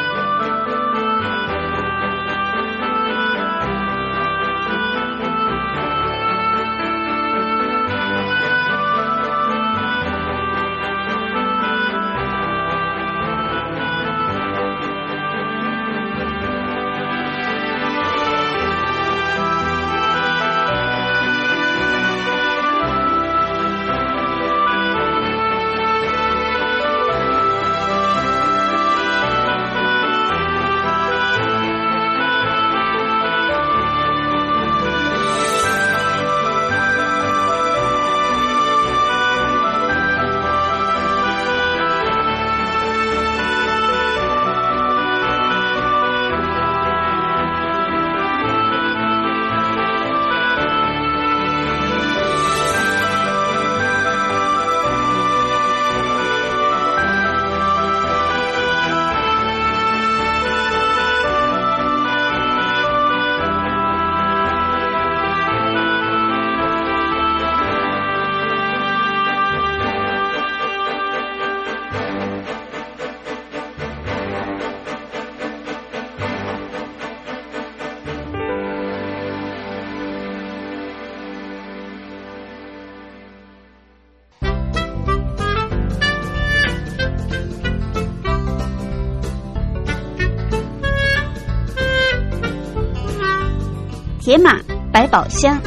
Speaker 5: 「
Speaker 1: 解码百宝箱。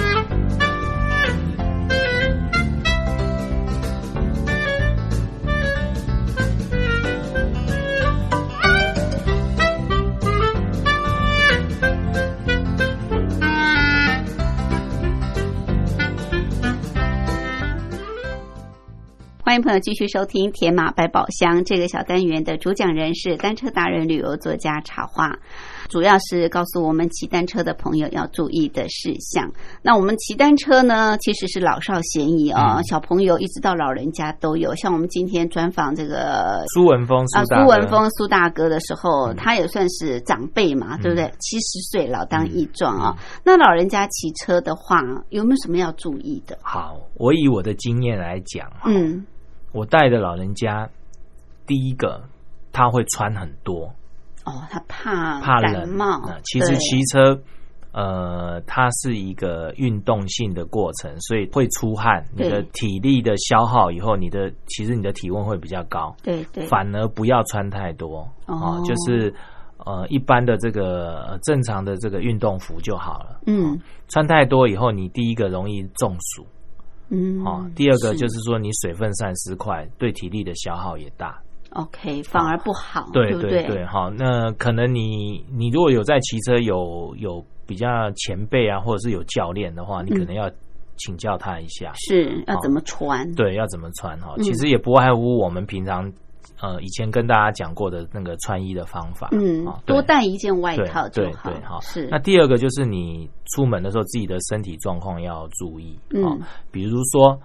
Speaker 1: 欢迎朋友继续收听《铁马百宝箱》这个小单元的主讲人是单车达人、旅游作家茶花，主要是告诉我们骑单车的朋友要注意的事项。那我们骑单车呢，其实是老少咸宜啊、
Speaker 3: 嗯
Speaker 1: 小朋友一直到老人家都有。像我们今天专访这个
Speaker 3: 苏文峰，苏
Speaker 1: 啊，
Speaker 3: 大哥嗯
Speaker 1: 苏文峰苏大哥的时候，他也算是长辈嘛，对不对？七十岁老当益壮啊。
Speaker 3: 嗯
Speaker 1: 那老人家骑车的话，有没有什么要注意的？
Speaker 3: 好，我以我的经验来讲，哈，
Speaker 1: 嗯，
Speaker 3: 我带的老人家，第一个他会穿很多，
Speaker 1: 哦，他怕
Speaker 3: 怕
Speaker 1: 感
Speaker 3: 冷
Speaker 1: 冒
Speaker 3: 那，其实
Speaker 1: 对
Speaker 3: 骑车，呃，它是一个运动性的过程，所以会出汗，你
Speaker 1: 对
Speaker 3: 的体力的消耗以后，你的其实你的体温会比较高，
Speaker 1: 对对，
Speaker 3: 反而不要穿太多
Speaker 1: 哦
Speaker 3: 啊，就是呃一般的这个呃正常的这个运动服就好了。
Speaker 1: 嗯
Speaker 3: 穿太多以后，你第一个容易中暑
Speaker 1: 嗯，
Speaker 3: 啊，第二个就是说你水分散失快，对体力的消耗也大。
Speaker 1: OK，反而不好，
Speaker 3: 哦对
Speaker 1: 不
Speaker 3: 对对，好，那可能你你如果有在骑车有有比较前辈啊，或者是有教练的话，你可能要请教他一下，
Speaker 1: 嗯是要
Speaker 3: 好
Speaker 1: 怎么穿？
Speaker 3: 对，要怎么穿哈。
Speaker 1: 嗯
Speaker 3: 其实也不外乎我们平常呃以前跟大家讲过的那个穿衣的方法，
Speaker 1: 嗯
Speaker 3: 啊，对
Speaker 1: 多带一件外
Speaker 3: 对
Speaker 1: 套就
Speaker 3: 对
Speaker 1: 好
Speaker 3: 对，好。
Speaker 1: 是
Speaker 3: 那第二个就是你出门的时候自己的身体状况要注意
Speaker 1: 嗯
Speaker 3: 啊，比如说。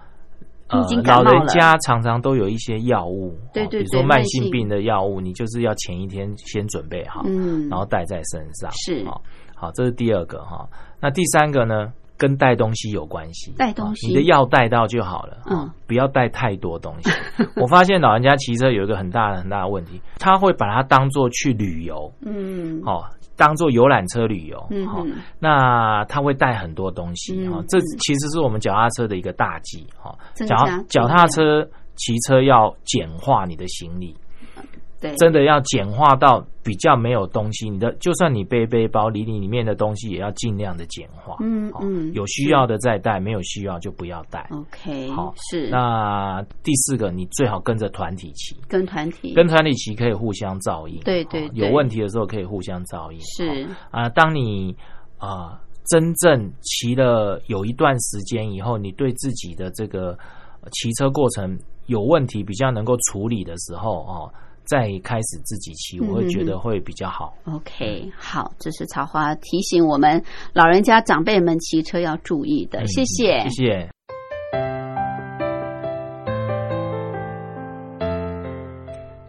Speaker 3: 呃
Speaker 1: 你已经，感
Speaker 3: 老
Speaker 1: 冒
Speaker 3: 人
Speaker 1: 了
Speaker 3: 家常常都有一些药物，
Speaker 1: 对
Speaker 3: 啊
Speaker 1: 对
Speaker 3: 比如说
Speaker 1: 对
Speaker 3: 慢
Speaker 1: 慢
Speaker 3: 性
Speaker 1: 性
Speaker 3: 病的药物，你就是要前一天先准备好，
Speaker 1: 嗯，
Speaker 3: 然后哦带在身上。
Speaker 1: 是
Speaker 3: 好、好，这是第二个哈、那第三个呢，跟带东西有关系。
Speaker 1: 带东西
Speaker 3: 啊你的药带到就好了，
Speaker 1: 嗯
Speaker 3: 啊不要带太多东
Speaker 1: (laughs)
Speaker 3: 西。我发现老人家骑车有一个很大的很大的问题，他会把它当做去旅游，
Speaker 1: 嗯，
Speaker 3: 哦，当做游览车旅游，
Speaker 1: 嗯
Speaker 3: 哦
Speaker 1: 哼
Speaker 3: 那他会带很多东西
Speaker 1: 嗯
Speaker 3: 哈、哦这
Speaker 1: 嗯
Speaker 3: 其实是我们脚踏车的一个大忌哈、哦。
Speaker 1: 增
Speaker 3: 脚
Speaker 1: 加重量
Speaker 3: 脚踏车骑车要简化你的行李，
Speaker 1: 对，
Speaker 3: 真的要简化到比较没有东西，你的就算你背背包，里里里面的东西也要尽量的简化。
Speaker 1: 嗯
Speaker 3: 哦
Speaker 1: 嗯
Speaker 3: 有需要的再带，没有需要就不要带。
Speaker 1: OK，
Speaker 3: 好
Speaker 1: 是
Speaker 3: 那第四个，你最好跟着团体骑，
Speaker 1: 跟团体
Speaker 3: 跟团体骑可以互相照应。
Speaker 1: 对对
Speaker 3: 哦
Speaker 1: 对
Speaker 3: 有问题的时候可以互相照应。
Speaker 1: 是
Speaker 3: 哦啊、当你啊、真正骑了有一段时间以后，你对自己的这个呃骑车过程有问题，比较能够处理的时候哦，再开始自己骑，我
Speaker 1: 嗯嗯
Speaker 3: 会
Speaker 1: 嗯
Speaker 3: 觉得会比较好。嗯
Speaker 1: OK，好，这是茶花提醒我们老人家长辈们骑车要注意的，
Speaker 3: 嗯
Speaker 1: 呃谢
Speaker 3: 谢。
Speaker 1: 谢
Speaker 3: 谢。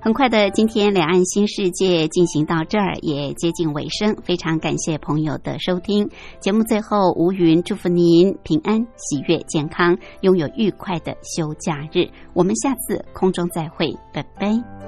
Speaker 1: 很快的，今天两岸新世界进行到这儿也接近尾声，非常感谢朋友的收听。节目最后，吴云祝福您平安、喜悦、健康，拥有愉快的休假日。我们下次空中再会，拜拜。